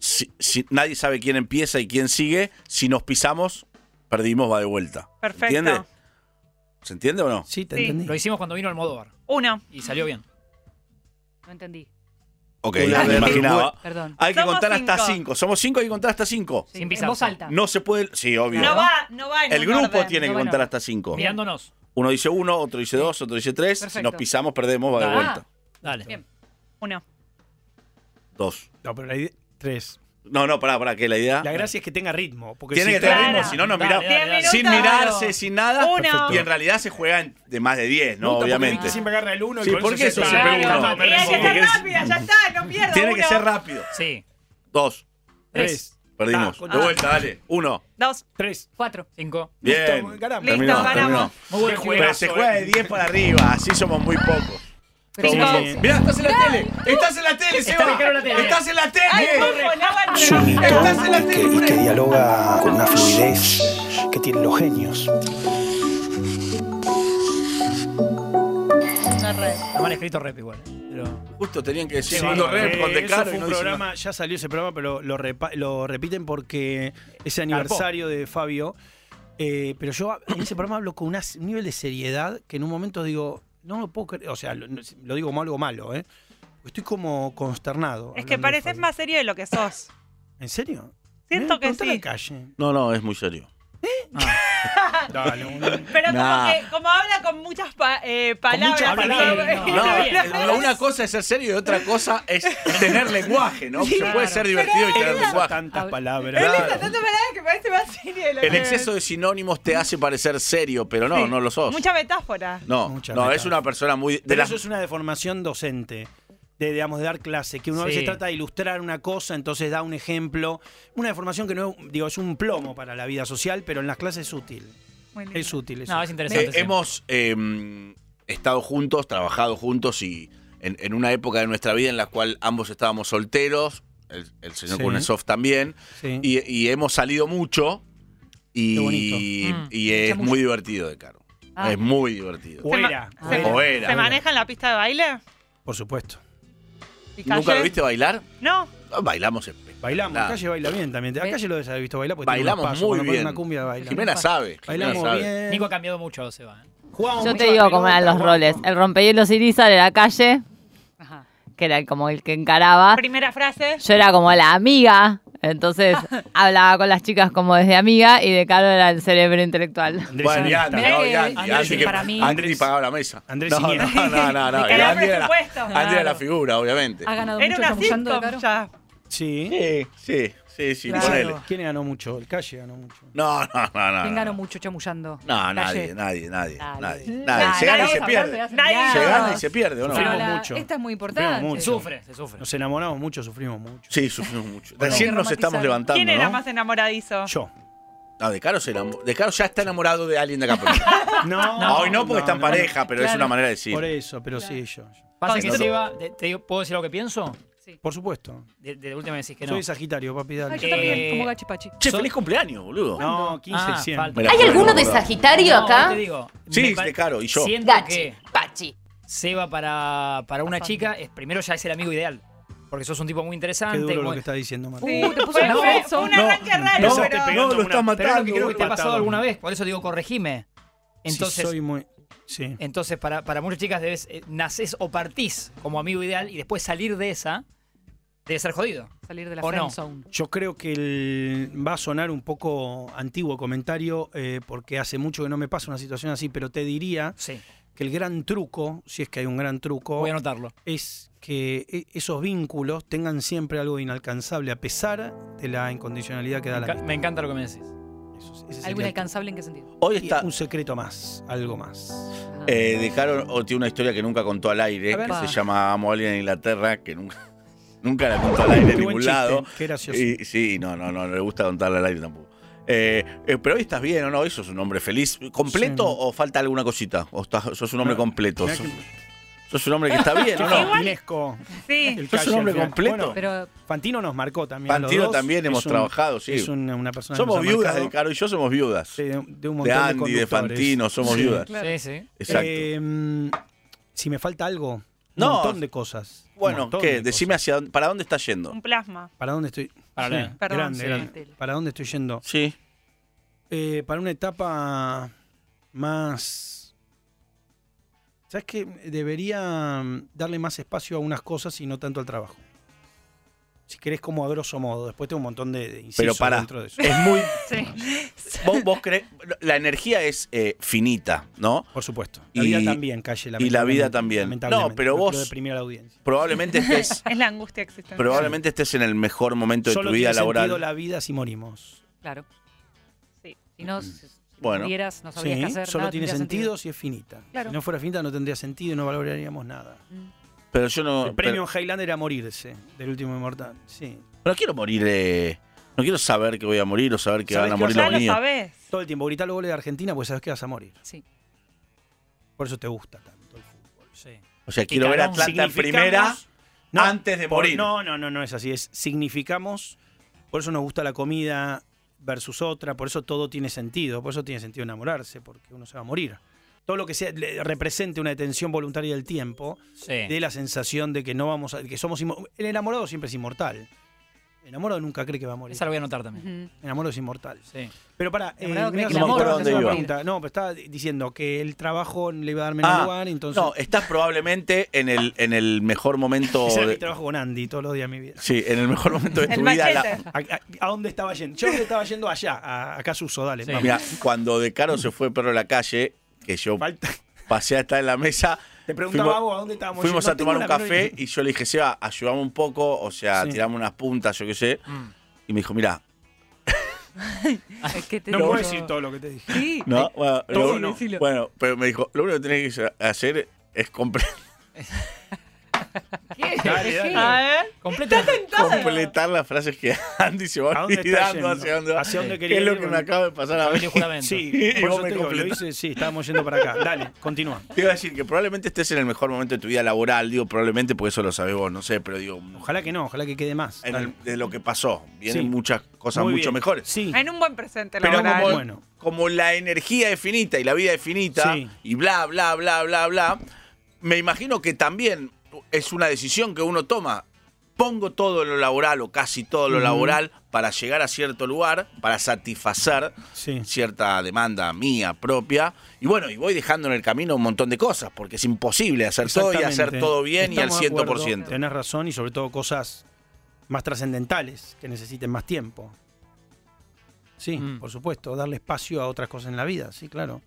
Speaker 1: Si- si- nadie sabe quién empieza y quién sigue. Si nos pisamos, perdimos, va de vuelta. ¿Se
Speaker 2: Perfecto.
Speaker 1: ¿Entiende? ¿Se entiende o no?
Speaker 4: Sí, te
Speaker 2: Sí.
Speaker 4: entendí.
Speaker 3: Lo hicimos cuando vino Almodóvar
Speaker 2: Uno.
Speaker 3: y salió bien.
Speaker 6: No entendí.
Speaker 1: Ok,
Speaker 4: Hola,
Speaker 1: me imaginaba.
Speaker 6: Perdón.
Speaker 1: Hay que
Speaker 2: Somos
Speaker 1: contar hasta
Speaker 2: cinco.
Speaker 1: 5. Somos 5, hay que contar hasta 5.
Speaker 6: Sí,
Speaker 3: Sin
Speaker 6: en
Speaker 3: pisarse.
Speaker 6: voz alta.
Speaker 1: No se puede. Sí, obvio.
Speaker 2: No va, no va en
Speaker 1: El
Speaker 2: un
Speaker 1: grupo
Speaker 2: orden.
Speaker 1: tiene que
Speaker 6: no,
Speaker 1: contar
Speaker 6: bueno.
Speaker 1: hasta 5.
Speaker 3: Mirándonos.
Speaker 1: Uno dice uno, otro dice dos, otro dice tres. Si
Speaker 6: Perfecto.
Speaker 1: nos pisamos, perdemos, va de
Speaker 3: Ah.
Speaker 1: vuelta.
Speaker 3: Dale.
Speaker 6: Bien.
Speaker 2: Uno.
Speaker 1: Dos.
Speaker 4: No, pero la idea. Tres.
Speaker 1: No, no, pará, pará, que la idea.
Speaker 4: La gracia es que tenga ritmo. Porque
Speaker 1: Ah. Tiene
Speaker 4: si
Speaker 1: que
Speaker 4: te-
Speaker 1: tener
Speaker 2: Claro.
Speaker 1: ritmo, si no nos
Speaker 3: Dale,
Speaker 1: miramos.
Speaker 3: dale, dale.
Speaker 2: Diez
Speaker 1: Sin
Speaker 2: minutos.
Speaker 1: mirarse, sin nada.
Speaker 2: Uno.
Speaker 1: Perfecto. Y en realidad se juega en- de más de 10,
Speaker 4: Me
Speaker 1: ¿no?
Speaker 4: gusta porque
Speaker 1: Obviamente.
Speaker 4: Vicky siempre agarra el uno
Speaker 1: Sí,
Speaker 4: y por,
Speaker 1: ¿por qué
Speaker 4: se
Speaker 1: eso
Speaker 4: sabe.
Speaker 1: siempre
Speaker 4: Claro,
Speaker 1: uno?
Speaker 4: me
Speaker 2: Tiene que
Speaker 4: resiste.
Speaker 1: Tiene
Speaker 2: ser
Speaker 1: que-
Speaker 2: rápida, ya está, no pierdo.
Speaker 1: Tiene que
Speaker 2: uno.
Speaker 1: ser rápido.
Speaker 3: Sí.
Speaker 1: Dos.
Speaker 4: Tres.
Speaker 1: Perdimos.
Speaker 4: Ah, con-
Speaker 1: de vuelta, dale. Uno.
Speaker 2: Dos.
Speaker 4: Tres.
Speaker 6: Cuatro.
Speaker 3: Cinco.
Speaker 1: Bien.
Speaker 4: Listo, ganamos.
Speaker 2: Listo, ganamos.
Speaker 3: Muy buen
Speaker 4: Qué
Speaker 3: juego.
Speaker 1: Pero se juega de 10 para arriba, así somos muy pocos.
Speaker 6: Pero
Speaker 4: Sí.
Speaker 6: no,
Speaker 1: Mirá, estás en la tele. Estás en la tele, Seba.
Speaker 3: en la tele.
Speaker 1: Estás en la
Speaker 2: Ay,
Speaker 1: tele.
Speaker 2: ojo, no va en
Speaker 5: Es un
Speaker 2: reloj.
Speaker 5: mito
Speaker 1: Estás en la
Speaker 5: que, y que dialoga con una fluidez que tienen los genios.
Speaker 6: una red.
Speaker 3: Está mal escrito rep igual. ¿eh? Pero...
Speaker 1: Justo tenían que decir
Speaker 4: Sí,
Speaker 1: uno
Speaker 4: eh,
Speaker 1: rep con
Speaker 4: eso
Speaker 1: Decaro
Speaker 4: fue
Speaker 1: y
Speaker 4: un
Speaker 1: no dice nada.
Speaker 4: programa, ya salió ese programa, pero lo, repa- lo repiten porque ese aniversario de Fabio. Eh, pero yo en ese programa hablo con una- un nivel de seriedad que en un momento digo, no lo puedo creer. O sea, lo, lo digo como algo malo, ¿eh? Estoy como consternado.
Speaker 2: Es que
Speaker 4: hablando de
Speaker 2: pareces
Speaker 4: Fabio.
Speaker 2: más serio de lo que sos.
Speaker 4: ¿En serio?
Speaker 2: Siento
Speaker 4: Mirá,
Speaker 2: que
Speaker 4: preguntale
Speaker 2: sí.
Speaker 4: a calle.
Speaker 1: No, no, es muy serio.
Speaker 2: Ah.
Speaker 4: Dale, un-
Speaker 2: Pero
Speaker 1: Nah.
Speaker 2: como, que, como habla con muchas pa- eh, palabras.
Speaker 4: muchas
Speaker 2: así,
Speaker 4: palabras,
Speaker 2: eh,
Speaker 1: No,
Speaker 3: Está
Speaker 1: eh, una cosa es ser serio y otra cosa es tener lenguaje, ¿no? Se puede ser divertido y tener
Speaker 4: Él usa
Speaker 1: lenguaje.
Speaker 4: tantas
Speaker 6: Hab-
Speaker 4: palabras.
Speaker 2: Él
Speaker 1: Claro.
Speaker 2: usa tantas palabras que parece más serio de lo
Speaker 1: El
Speaker 2: que-
Speaker 1: exceso de sinónimos te hace parecer serio, pero no,
Speaker 2: Sí.
Speaker 1: no lo sos.
Speaker 2: Mucha metáfora.
Speaker 1: No,
Speaker 4: Mucha
Speaker 1: no,
Speaker 4: metáfora.
Speaker 1: es una persona muy... De
Speaker 4: Pero
Speaker 1: las,
Speaker 4: eso es una deformación docente. De, digamos, de dar clase, que uno a
Speaker 3: Sí.
Speaker 4: veces trata de ilustrar una cosa, entonces da un ejemplo. Una deformación que no es- digo, es un plomo para la vida social, pero en las clases es útil.
Speaker 2: Muy lindo.
Speaker 4: Es útil. es
Speaker 3: No,
Speaker 4: útil.
Speaker 3: es
Speaker 1: Eh,
Speaker 3: interesante. sí.
Speaker 1: hemos eh, estado juntos, trabajado juntos y en, en una época de nuestra vida en la cual ambos estábamos solteros, el, el señor
Speaker 4: Sí.
Speaker 1: Kuznetsov también,
Speaker 4: Sí.
Speaker 1: y, y hemos salido mucho
Speaker 4: Qué bonito.
Speaker 1: y,
Speaker 3: Mm.
Speaker 1: y es muy divertido, de caro.
Speaker 6: Ah.
Speaker 1: Es muy divertido.
Speaker 4: O era,
Speaker 6: Se-
Speaker 1: O
Speaker 4: o era,
Speaker 2: ¿Se
Speaker 1: era.
Speaker 2: maneja en la pista de baile?
Speaker 4: Por supuesto.
Speaker 2: ¿Y
Speaker 1: ¿Nunca
Speaker 2: calle?
Speaker 1: lo viste bailar?
Speaker 2: No.
Speaker 1: No, Bailamos espectacular.
Speaker 4: Bailamos.
Speaker 1: Nada.
Speaker 4: Calle baila bien también. A
Speaker 6: Ve-
Speaker 4: Calle lo debes haber visto bailar porque tiene unos
Speaker 1: Bailamos
Speaker 4: pasos.
Speaker 1: muy
Speaker 4: Cuando pone
Speaker 1: bien.
Speaker 4: una cumbia baila.
Speaker 1: Jimena sabe. Jimena
Speaker 4: Bailamos
Speaker 1: sabe.
Speaker 4: bien.
Speaker 3: Nico ha cambiado mucho, Seba. ¿eh?
Speaker 4: Jugamos
Speaker 7: Yo
Speaker 4: mucho
Speaker 7: te
Speaker 4: a
Speaker 7: digo
Speaker 4: la
Speaker 7: cómo eran
Speaker 4: pelota,
Speaker 7: los roles.
Speaker 4: jugamos-
Speaker 7: El rompehielos Irisa de la calle,
Speaker 6: Ajá.
Speaker 7: que era como el que encaraba.
Speaker 6: Ah.
Speaker 2: Primera frase.
Speaker 7: Yo era como la amiga, eh, Entonces hablaba con las chicas como desde amiga y de Caro era el cerebro intelectual.
Speaker 4: Andrés
Speaker 1: Bueno, y
Speaker 4: Iniesta.
Speaker 1: Andy,
Speaker 6: Mirá
Speaker 1: no,
Speaker 6: que
Speaker 1: y Andy,
Speaker 6: Andrés
Speaker 1: Andy que-
Speaker 6: para mí-
Speaker 1: Andy ni pagaba la mesa.
Speaker 4: Andrés
Speaker 1: no,
Speaker 4: Iniesta.
Speaker 1: no, no, no, no.
Speaker 2: Le
Speaker 1: y
Speaker 2: cagaba
Speaker 1: Andy era,
Speaker 2: presupuesto.
Speaker 1: Andy era la
Speaker 6: Claro.
Speaker 1: figura, obviamente.
Speaker 6: Ha ganado
Speaker 2: Era
Speaker 6: mucho
Speaker 2: una
Speaker 6: chamullando de
Speaker 2: sitcom
Speaker 6: Caro.
Speaker 2: ya.
Speaker 4: Sí.
Speaker 1: Sí, sí, sí, sí,
Speaker 6: Claro.
Speaker 1: ponele.
Speaker 4: ¿Quién ganó mucho? El Calle ganó mucho.
Speaker 1: No, no, no, no.
Speaker 6: ¿Quién
Speaker 1: no.
Speaker 6: ganó mucho chamullando?
Speaker 1: No, nadie,
Speaker 6: Calle.
Speaker 1: nadie, nadie, nadie,
Speaker 6: Nadie.
Speaker 1: nadie.
Speaker 6: Nadie.
Speaker 1: Se gana Ah, y se
Speaker 6: Nadie.
Speaker 1: pierde.
Speaker 2: Nadie.
Speaker 1: Se
Speaker 6: Nadie.
Speaker 1: gana y se pierde, ¿o no?
Speaker 6: Pero
Speaker 4: Sufrimos
Speaker 6: la-
Speaker 4: mucho.
Speaker 6: Esta es
Speaker 4: Sufrimos
Speaker 6: muy importante.
Speaker 4: mucho.
Speaker 3: Se sufre, se sufre.
Speaker 4: Nos enamoramos mucho, sufrimos mucho.
Speaker 1: Sí, sufrimos mucho.
Speaker 4: Bueno.
Speaker 1: Recién nos estamos levantando,
Speaker 2: ¿Quién era
Speaker 1: ¿no?
Speaker 2: más enamoradizo?
Speaker 4: Yo.
Speaker 1: No, de Caro, se enamo- de Caro ya está enamorado de alguien de acá. pero-
Speaker 4: No,
Speaker 1: No, hoy no porque está en pareja, pero es
Speaker 6: Claro.
Speaker 1: una manera de decir.
Speaker 4: Por eso, pero sí, yo. yo.
Speaker 3: Pasa que
Speaker 1: Con-
Speaker 3: Seba, te, te digo, ¿puedo decir lo que pienso?
Speaker 4: Por supuesto.
Speaker 3: De, de última me decís que no.
Speaker 4: Soy sagitario, papi, dale.
Speaker 6: Ay, yo
Speaker 3: Eh,
Speaker 6: también, como gachipachi.
Speaker 1: Che, feliz cumpleaños, boludo.
Speaker 4: No, 15
Speaker 3: Ah,
Speaker 4: y 100.
Speaker 3: falta.
Speaker 1: Mirá,
Speaker 8: ¿Hay
Speaker 1: bueno,
Speaker 8: alguno de
Speaker 1: boludo.
Speaker 8: Sagitario
Speaker 3: No,
Speaker 8: acá?
Speaker 3: te digo,
Speaker 1: Sí,
Speaker 3: me pa-
Speaker 1: de Caro, y yo.
Speaker 3: Siento
Speaker 8: Gachi,
Speaker 3: que
Speaker 8: Pachi.
Speaker 3: Seba para, para una chica es primero ya es el amigo ideal. Porque sos un tipo muy
Speaker 4: Qué
Speaker 3: interesante.
Speaker 4: duro lo
Speaker 3: muy-
Speaker 4: que está diciendo, Martín.
Speaker 2: Sí.
Speaker 6: Uh, te puso
Speaker 2: Fue-
Speaker 6: el
Speaker 2: fue
Speaker 6: famoso.
Speaker 2: un arranque raro,
Speaker 1: No,
Speaker 4: Empezaste
Speaker 2: pero...
Speaker 1: no, lo
Speaker 4: pegando una-
Speaker 1: estás
Speaker 3: Pero es lo que
Speaker 1: matando.
Speaker 3: creo que te ha pasado
Speaker 4: Matado.
Speaker 3: alguna vez. Por eso digo, corregime.
Speaker 4: Sí,
Speaker 3: Entonces,
Speaker 4: soy muy. Sí.
Speaker 3: entonces para, para muchas chicas debes, eh, nacés o partís como amigo ideal y después salir de esa debe ser jodido.
Speaker 6: Salir de la
Speaker 3: ¿O no?
Speaker 6: friend zone.
Speaker 4: Yo creo que el- va a sonar un poco antiguo comentario, eh, porque hace mucho que no me pasa una situación así, pero te diría
Speaker 3: Sí,
Speaker 4: que el gran truco, si es que hay un gran truco,
Speaker 3: voy a anotarlo.
Speaker 4: es que e- esos vínculos tengan siempre algo inalcanzable, a pesar de la incondicionalidad que da
Speaker 3: Me,
Speaker 4: la
Speaker 3: enca- me encanta lo que me decís.
Speaker 4: amistad. Eso- ese
Speaker 6: ¿Algo
Speaker 4: sería el-
Speaker 6: inalcanzable en qué sentido?
Speaker 1: Hoy está.
Speaker 4: Un secreto más, algo más.
Speaker 1: Eh, de Caro o tiene una historia que nunca contó al aire,
Speaker 6: A ver.
Speaker 1: que se
Speaker 6: Pa.
Speaker 1: llama Amo a alguien en Inglaterra, que nunca, nunca la contó al aire
Speaker 4: Qué
Speaker 1: en
Speaker 4: buen
Speaker 1: ningún
Speaker 4: chiste,
Speaker 1: lado.
Speaker 4: Qué gracioso.
Speaker 1: Y, sí, no, no, no, no le gusta contarla al aire tampoco. Eh, eh, pero hoy estás bien, ¿o no? ¿Eso es un hombre feliz? ¿Completo
Speaker 4: Sí.
Speaker 1: o falta alguna cosita? ¿O estás- sos un hombre
Speaker 4: Mirá,
Speaker 1: completo?
Speaker 4: mirá
Speaker 1: ¿Sos,
Speaker 4: que-
Speaker 1: sos un hombre que está bien, ¿o no?
Speaker 2: Igual-
Speaker 4: Martinesco,
Speaker 2: Sí.
Speaker 4: el
Speaker 1: ¿Sos
Speaker 4: Calle
Speaker 1: un
Speaker 4: al
Speaker 1: hombre
Speaker 4: final.
Speaker 1: completo?
Speaker 4: Bueno,
Speaker 6: Pero
Speaker 4: Fantino nos marcó también. a los
Speaker 1: Fantino
Speaker 4: dos.
Speaker 1: también hemos
Speaker 4: Es un-
Speaker 1: trabajado, sí.
Speaker 4: Es una, una persona que
Speaker 1: Somos
Speaker 4: nos ha
Speaker 1: viudas
Speaker 4: marcado.
Speaker 1: de Caro y yo somos viudas.
Speaker 4: Sí, de, de un
Speaker 1: de
Speaker 4: montón de
Speaker 1: Andy, de,
Speaker 4: conductores.
Speaker 1: Fantino, somos
Speaker 4: Sí.
Speaker 1: viudas.
Speaker 6: Claro.
Speaker 3: Sí, sí.
Speaker 1: Exacto.
Speaker 4: Eh, mm, si me falta algo, un
Speaker 1: No.
Speaker 4: montón de cosas. un
Speaker 1: bueno,
Speaker 4: montón
Speaker 1: ¿qué?
Speaker 4: de
Speaker 1: Decime
Speaker 4: cosas.
Speaker 1: hacia dónde, para dónde estás yendo.
Speaker 2: Un plasma.
Speaker 4: ¿Para dónde estoy?
Speaker 3: Para la-
Speaker 4: Sí,
Speaker 2: Perdón,
Speaker 4: grande,
Speaker 2: sí.
Speaker 4: grande. ¿Para dónde estoy yendo?
Speaker 1: Sí.
Speaker 4: Eh, para una etapa más... ¿Sabes qué? Debería mm, darle más espacio a unas cosas y no tanto al trabajo. Si querés como a grosso modo. Después tengo un montón de, de incisos
Speaker 1: Pero pará.
Speaker 4: dentro de eso.
Speaker 1: Es muy.
Speaker 2: Sí.
Speaker 1: Vos, vos creés- La energía es eh, finita, ¿no?
Speaker 4: Por supuesto. La
Speaker 1: Y-
Speaker 4: vida también, Calle.
Speaker 1: y la vida
Speaker 4: lamentablemente,
Speaker 1: también.
Speaker 4: lamentablemente.
Speaker 1: No, pero
Speaker 4: quiero
Speaker 1: vos-
Speaker 4: deprimir a la audiencia.
Speaker 1: Probablemente estés,
Speaker 2: Es la angustia existencial.
Speaker 1: probablemente estés en el mejor momento de
Speaker 4: Solo
Speaker 1: tu vida
Speaker 4: tiene sentido
Speaker 1: laboral.
Speaker 4: la vida si morimos.
Speaker 6: Claro.
Speaker 2: Sí.
Speaker 6: Si no, si
Speaker 1: Bueno.
Speaker 6: tuvieras, no sabrías
Speaker 4: Sí,
Speaker 6: qué hacer.
Speaker 4: solo
Speaker 6: nada
Speaker 4: tiene
Speaker 6: tendría
Speaker 4: sentido, si es finita.
Speaker 6: Claro.
Speaker 4: Si no fuera finita no tendría sentido y no valoraríamos nada.
Speaker 1: Pero yo no.
Speaker 4: el premio en Highland era morirse, del último inmortal. Sí.
Speaker 1: pero- pero quiero morir. eh, no quiero saber que voy a morir o saber que
Speaker 4: ¿Sabés
Speaker 1: van a
Speaker 4: que
Speaker 1: morir
Speaker 4: vas
Speaker 1: los
Speaker 2: Ya
Speaker 4: a-
Speaker 2: lo
Speaker 1: míos.
Speaker 2: sabés.
Speaker 4: Todo el tiempo gritar los goles de Argentina porque sabes que vas a morir.
Speaker 6: Sí.
Speaker 4: Por eso te gusta tanto el fútbol.
Speaker 3: sí.
Speaker 1: O sea, quiero ver a
Speaker 3: Picarón,
Speaker 1: Atlanta en primera
Speaker 4: No,
Speaker 1: antes de
Speaker 4: por-
Speaker 1: morir.
Speaker 4: No, no, no, no es así. Es significamos, por eso nos gusta la comida versus otra, por eso todo tiene sentido, por eso tiene sentido enamorarse, porque uno se va a morir. Todo lo que sea, le- represente una detención voluntaria del tiempo, de
Speaker 3: Sí.
Speaker 4: la sensación de que no vamos a, que somos inmo- el enamorado siempre es inmortal. El enamorado nunca cree que va a morir.
Speaker 3: Esa la voy a anotar también.
Speaker 6: Ujú.
Speaker 4: El enamorado es inmortal.
Speaker 3: Sí.
Speaker 4: Pero eh, para,
Speaker 6: El enamorado cree que
Speaker 1: el amor no se va a
Speaker 4: No, pero estaba diciendo que el trabajo le iba a dar menos
Speaker 1: Ah,
Speaker 4: lugar, entonces
Speaker 1: No, estás probablemente en el, en el mejor momento.
Speaker 4: Ese era mi
Speaker 1: de-
Speaker 4: trabajo con Andy todos los días de mi vida.
Speaker 1: sí, en el mejor momento de
Speaker 2: El
Speaker 1: tu vida. la-
Speaker 2: machete.
Speaker 4: ¿A, a- a dónde estaba yendo? Yo dónde estaba yendo allá, a, a Casuso, dale.
Speaker 3: Sí.
Speaker 4: vamos.
Speaker 1: Ah, Mira, cuando De Caro se fue pero a la calle, que yo
Speaker 4: Falta-
Speaker 1: pasé a estar en la mesa,
Speaker 4: Te preguntaba
Speaker 1: Fuimos-
Speaker 4: vos a dónde estábamos
Speaker 1: fuimos
Speaker 4: yendo.
Speaker 1: a tomar
Speaker 4: No
Speaker 1: un
Speaker 4: tengo la menor
Speaker 1: café
Speaker 4: idea.
Speaker 1: y yo le dije, Seba, ayudame un poco, o sea,
Speaker 4: Sí.
Speaker 1: tirame unas puntas, yo qué sé.
Speaker 3: Mm.
Speaker 1: Y me dijo, mira,
Speaker 6: Es que te
Speaker 4: No
Speaker 6: digo-
Speaker 4: puedo decir todo lo que te dije.
Speaker 6: Sí.
Speaker 1: no, bueno,
Speaker 4: todo
Speaker 1: lo-
Speaker 4: no.
Speaker 6: Decilo.
Speaker 1: bueno, pero me dijo, lo único que tenés que hacer es compre-
Speaker 6: ¿Qué?
Speaker 4: Dale, dale.
Speaker 2: A ver.
Speaker 3: Completa.
Speaker 1: completar las frases que Andy se va
Speaker 4: ¿A dónde estás
Speaker 1: olvidando
Speaker 4: yendo?
Speaker 1: hacia dónde va.
Speaker 4: ¿Hacia dónde
Speaker 1: ¿Qué
Speaker 4: quería
Speaker 1: es lo
Speaker 4: ir?
Speaker 1: que me acaba de pasar a mí?
Speaker 3: Yo juramento.
Speaker 4: Sí,
Speaker 1: Y
Speaker 4: por
Speaker 1: vos
Speaker 4: eso
Speaker 1: me
Speaker 4: te digo, lo
Speaker 1: completás.
Speaker 4: hice, sí, estábamos yendo para acá. Dale, continúa.
Speaker 1: Te iba a decir que probablemente estés en el mejor momento de tu vida laboral, digo, probablemente porque eso lo sabés vos, no sé, pero digo,
Speaker 4: Ojalá que no, ojalá que quede más.
Speaker 1: en
Speaker 4: Dale.
Speaker 1: el- de lo que pasó, vienen
Speaker 4: Sí.
Speaker 1: muchas cosas
Speaker 4: Muy
Speaker 1: mucho
Speaker 4: bien.
Speaker 1: mejores.
Speaker 4: Sí.
Speaker 2: En un buen presente
Speaker 1: Pero
Speaker 2: laboral.
Speaker 1: como,
Speaker 4: Bueno.
Speaker 1: como la energía es finita y la vida es finita
Speaker 4: Sí.
Speaker 1: y bla, bla, bla, bla, bla, me imagino que también es una decisión que uno toma. Pongo todo lo laboral o casi todo lo
Speaker 4: Ujú.
Speaker 1: laboral para llegar a cierto lugar, para satisfacer
Speaker 4: Sí.
Speaker 1: cierta demanda mía propia. Y bueno, y voy dejando en el camino un montón de cosas, porque es imposible hacer todo y hacer
Speaker 4: Exactamente.
Speaker 1: todo bien y al
Speaker 4: Estamos de acuerdo,
Speaker 1: 100%.
Speaker 4: Tenés razón y sobre todo cosas más trascendentales, que necesiten más tiempo. Sí,
Speaker 3: Mm.
Speaker 4: por supuesto, darle espacio a otras cosas en la vida, sí, claro.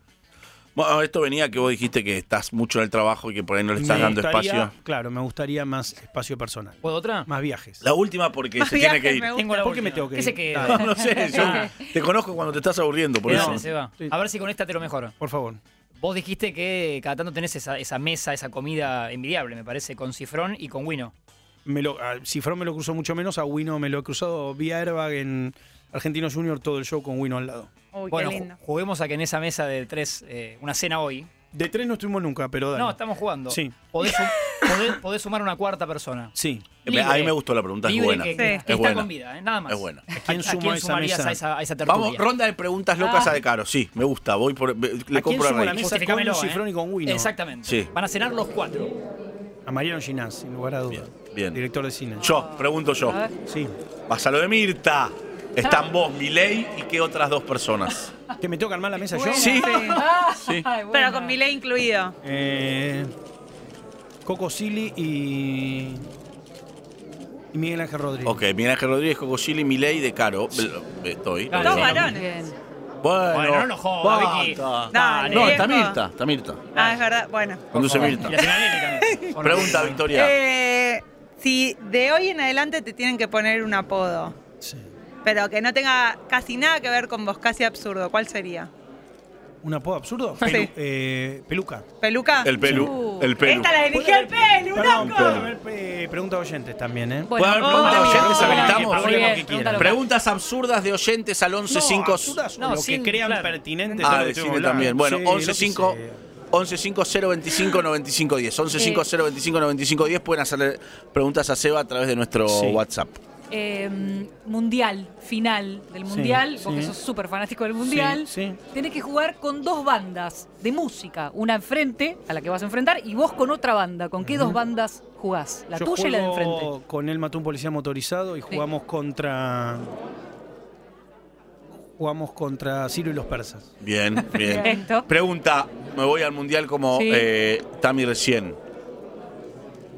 Speaker 1: Bueno, esto venía que vos dijiste que estás mucho en el trabajo y que por ahí no le estás
Speaker 4: Me
Speaker 1: dando
Speaker 4: gustaría-
Speaker 1: espacio.
Speaker 4: Claro, me gustaría más espacio personal,
Speaker 3: ¿Puedo otra?
Speaker 4: más viajes.
Speaker 1: La última porque
Speaker 2: Más
Speaker 1: se
Speaker 2: viajes,
Speaker 1: tiene que ir.
Speaker 2: me gusta.
Speaker 3: Tengo la
Speaker 4: ¿Por qué me
Speaker 3: última.
Speaker 4: tengo que
Speaker 3: ¿Qué
Speaker 4: ir?
Speaker 3: se queda?
Speaker 1: No, no sé, yo
Speaker 3: Ah.
Speaker 1: te conozco cuando te estás aburriendo, por eso.
Speaker 3: Quédate, Seba.
Speaker 4: Sí.
Speaker 3: A ver si con esta te lo mejoro.
Speaker 4: Por favor.
Speaker 3: Vos dijiste que cada tanto tenés esa, esa mesa, esa comida envidiable, me parece, con Cifrón y con Wino.
Speaker 4: Me lo, a Cifrón me lo cruzó mucho menos, a Wino me lo he cruzado vía Airbag en Argentino Junior todo el show con Wino al lado.
Speaker 2: Uy,
Speaker 3: bueno,
Speaker 2: qué
Speaker 3: ju-
Speaker 2: lindo.
Speaker 3: juguemos a que en esa mesa de tres, eh, una cena hoy.
Speaker 4: De tres no estuvimos nunca, pero dale.
Speaker 3: No, estamos jugando.
Speaker 4: Sí.
Speaker 3: Podés, su- podés- podés sumar una cuarta persona.
Speaker 4: Sí.
Speaker 1: Eh, Me- A mí
Speaker 3: Libre.
Speaker 1: me gustó la pregunta, es
Speaker 3: Libre
Speaker 1: buena.
Speaker 3: que,
Speaker 2: Sí.
Speaker 3: que
Speaker 2: Es
Speaker 3: está
Speaker 1: buena.
Speaker 3: con vida, eh, nada más.
Speaker 1: Es buena.
Speaker 3: ¿A
Speaker 4: quién
Speaker 3: a
Speaker 4: sumo esa
Speaker 3: sumarías
Speaker 4: mesa?
Speaker 3: a esa, a esa tertulia?
Speaker 1: Vamos, ronda de preguntas locas
Speaker 3: Ah.
Speaker 1: a De Caro. Sí, me gusta. Voy por, me- le
Speaker 4: ¿A quién
Speaker 1: compro a
Speaker 4: sumo la
Speaker 1: Rey.
Speaker 4: mesa?
Speaker 3: Justificámelo,
Speaker 4: con Cifrón
Speaker 3: eh.
Speaker 4: y con Wino.
Speaker 3: Exactamente.
Speaker 1: Sí.
Speaker 3: Van a cenar los cuatro.
Speaker 4: A Mariano Ginás, sin lugar a dudas.
Speaker 1: Bien, bien.
Speaker 4: Director de cine.
Speaker 1: Yo, pregunto yo.
Speaker 4: Sí.
Speaker 1: Pasa lo de Mirta.
Speaker 3: Ah.
Speaker 1: Están vos, Milei y qué otras dos personas.
Speaker 4: ¿Que me toca armar la mesa yo?
Speaker 1: Sí.
Speaker 6: Sí.
Speaker 2: Pero con Milei incluido.
Speaker 4: Eh, Coco Silly y, y Miguel Ángel Rodríguez.
Speaker 1: Ok, Miguel Ángel Rodríguez, Cocosili, Milei, De Caro. Estoy.
Speaker 3: Claro.
Speaker 2: Dos
Speaker 1: Bueno,
Speaker 2: varones.
Speaker 1: Bueno,
Speaker 3: Bueno, no nos jodas,
Speaker 1: basta.
Speaker 3: Vicky.
Speaker 2: Dale.
Speaker 1: No, está
Speaker 2: viejo.
Speaker 1: Mirta, está Mirta.
Speaker 2: Ah, es verdad. Bueno.
Speaker 1: Conduce
Speaker 3: Por
Speaker 1: Mirta.
Speaker 3: favor. Y la cena Leli también. ¿O no?
Speaker 1: Pregunta, Victoria.
Speaker 2: Eh, si de hoy en adelante te tienen que poner un apodo,
Speaker 4: Sí.
Speaker 2: pero que no tenga casi nada que ver con vos, casi absurdo, ¿cuál sería?
Speaker 4: ¿Un apodo absurdo?
Speaker 2: Sí.
Speaker 4: Pelu- eh, peluca.
Speaker 2: ¿Peluca?
Speaker 1: El pelu.
Speaker 6: Uh.
Speaker 1: El pelu.
Speaker 2: Esta la eligió el pelu,
Speaker 4: Perdón,
Speaker 2: loco.
Speaker 4: pueden haber, eh, preguntas oyentes también, ¿eh?
Speaker 1: Puede haber preguntas
Speaker 6: oh,
Speaker 1: oyentes,
Speaker 6: bien,
Speaker 1: habilitamos.
Speaker 6: muy bien,
Speaker 4: Lo que quieran.
Speaker 6: pregúntalo.
Speaker 1: Preguntas absurdas de oyentes al 11 5
Speaker 4: absurdas o
Speaker 3: No,
Speaker 4: lo que
Speaker 3: sin-
Speaker 4: crean
Speaker 3: claro.
Speaker 4: pertinente.
Speaker 1: Ah,
Speaker 4: lo
Speaker 1: de
Speaker 4: que
Speaker 1: cine
Speaker 4: hablando.
Speaker 1: también. Bueno,
Speaker 4: Sí,
Speaker 1: 11
Speaker 4: lo que
Speaker 1: 5
Speaker 4: sea.
Speaker 1: 11 5 0 25 95 10. 11 5 0 25 95 10 pueden hacerle preguntas a Seba a través de nuestro
Speaker 4: Sí.
Speaker 1: WhatsApp.
Speaker 6: Eh, mundial, final del
Speaker 4: Sí,
Speaker 6: mundial, vos que
Speaker 4: sí.
Speaker 6: sos súper fanático del mundial.
Speaker 4: Sí,
Speaker 6: Tenés que jugar con dos bandas de música, una enfrente a la que vas a enfrentar y vos con otra banda. ¿Con qué dos bandas jugás? La
Speaker 4: Yo
Speaker 6: tuya y la de
Speaker 4: juego
Speaker 6: enfrente.
Speaker 4: Con él mató un policía motorizado y jugamos contra. Jugamos contra Ciro y los persas.
Speaker 1: Bien, bien.
Speaker 6: Perfecto.
Speaker 1: Pregunta, me voy al mundial como
Speaker 6: Sí.
Speaker 1: eh, Tami recién.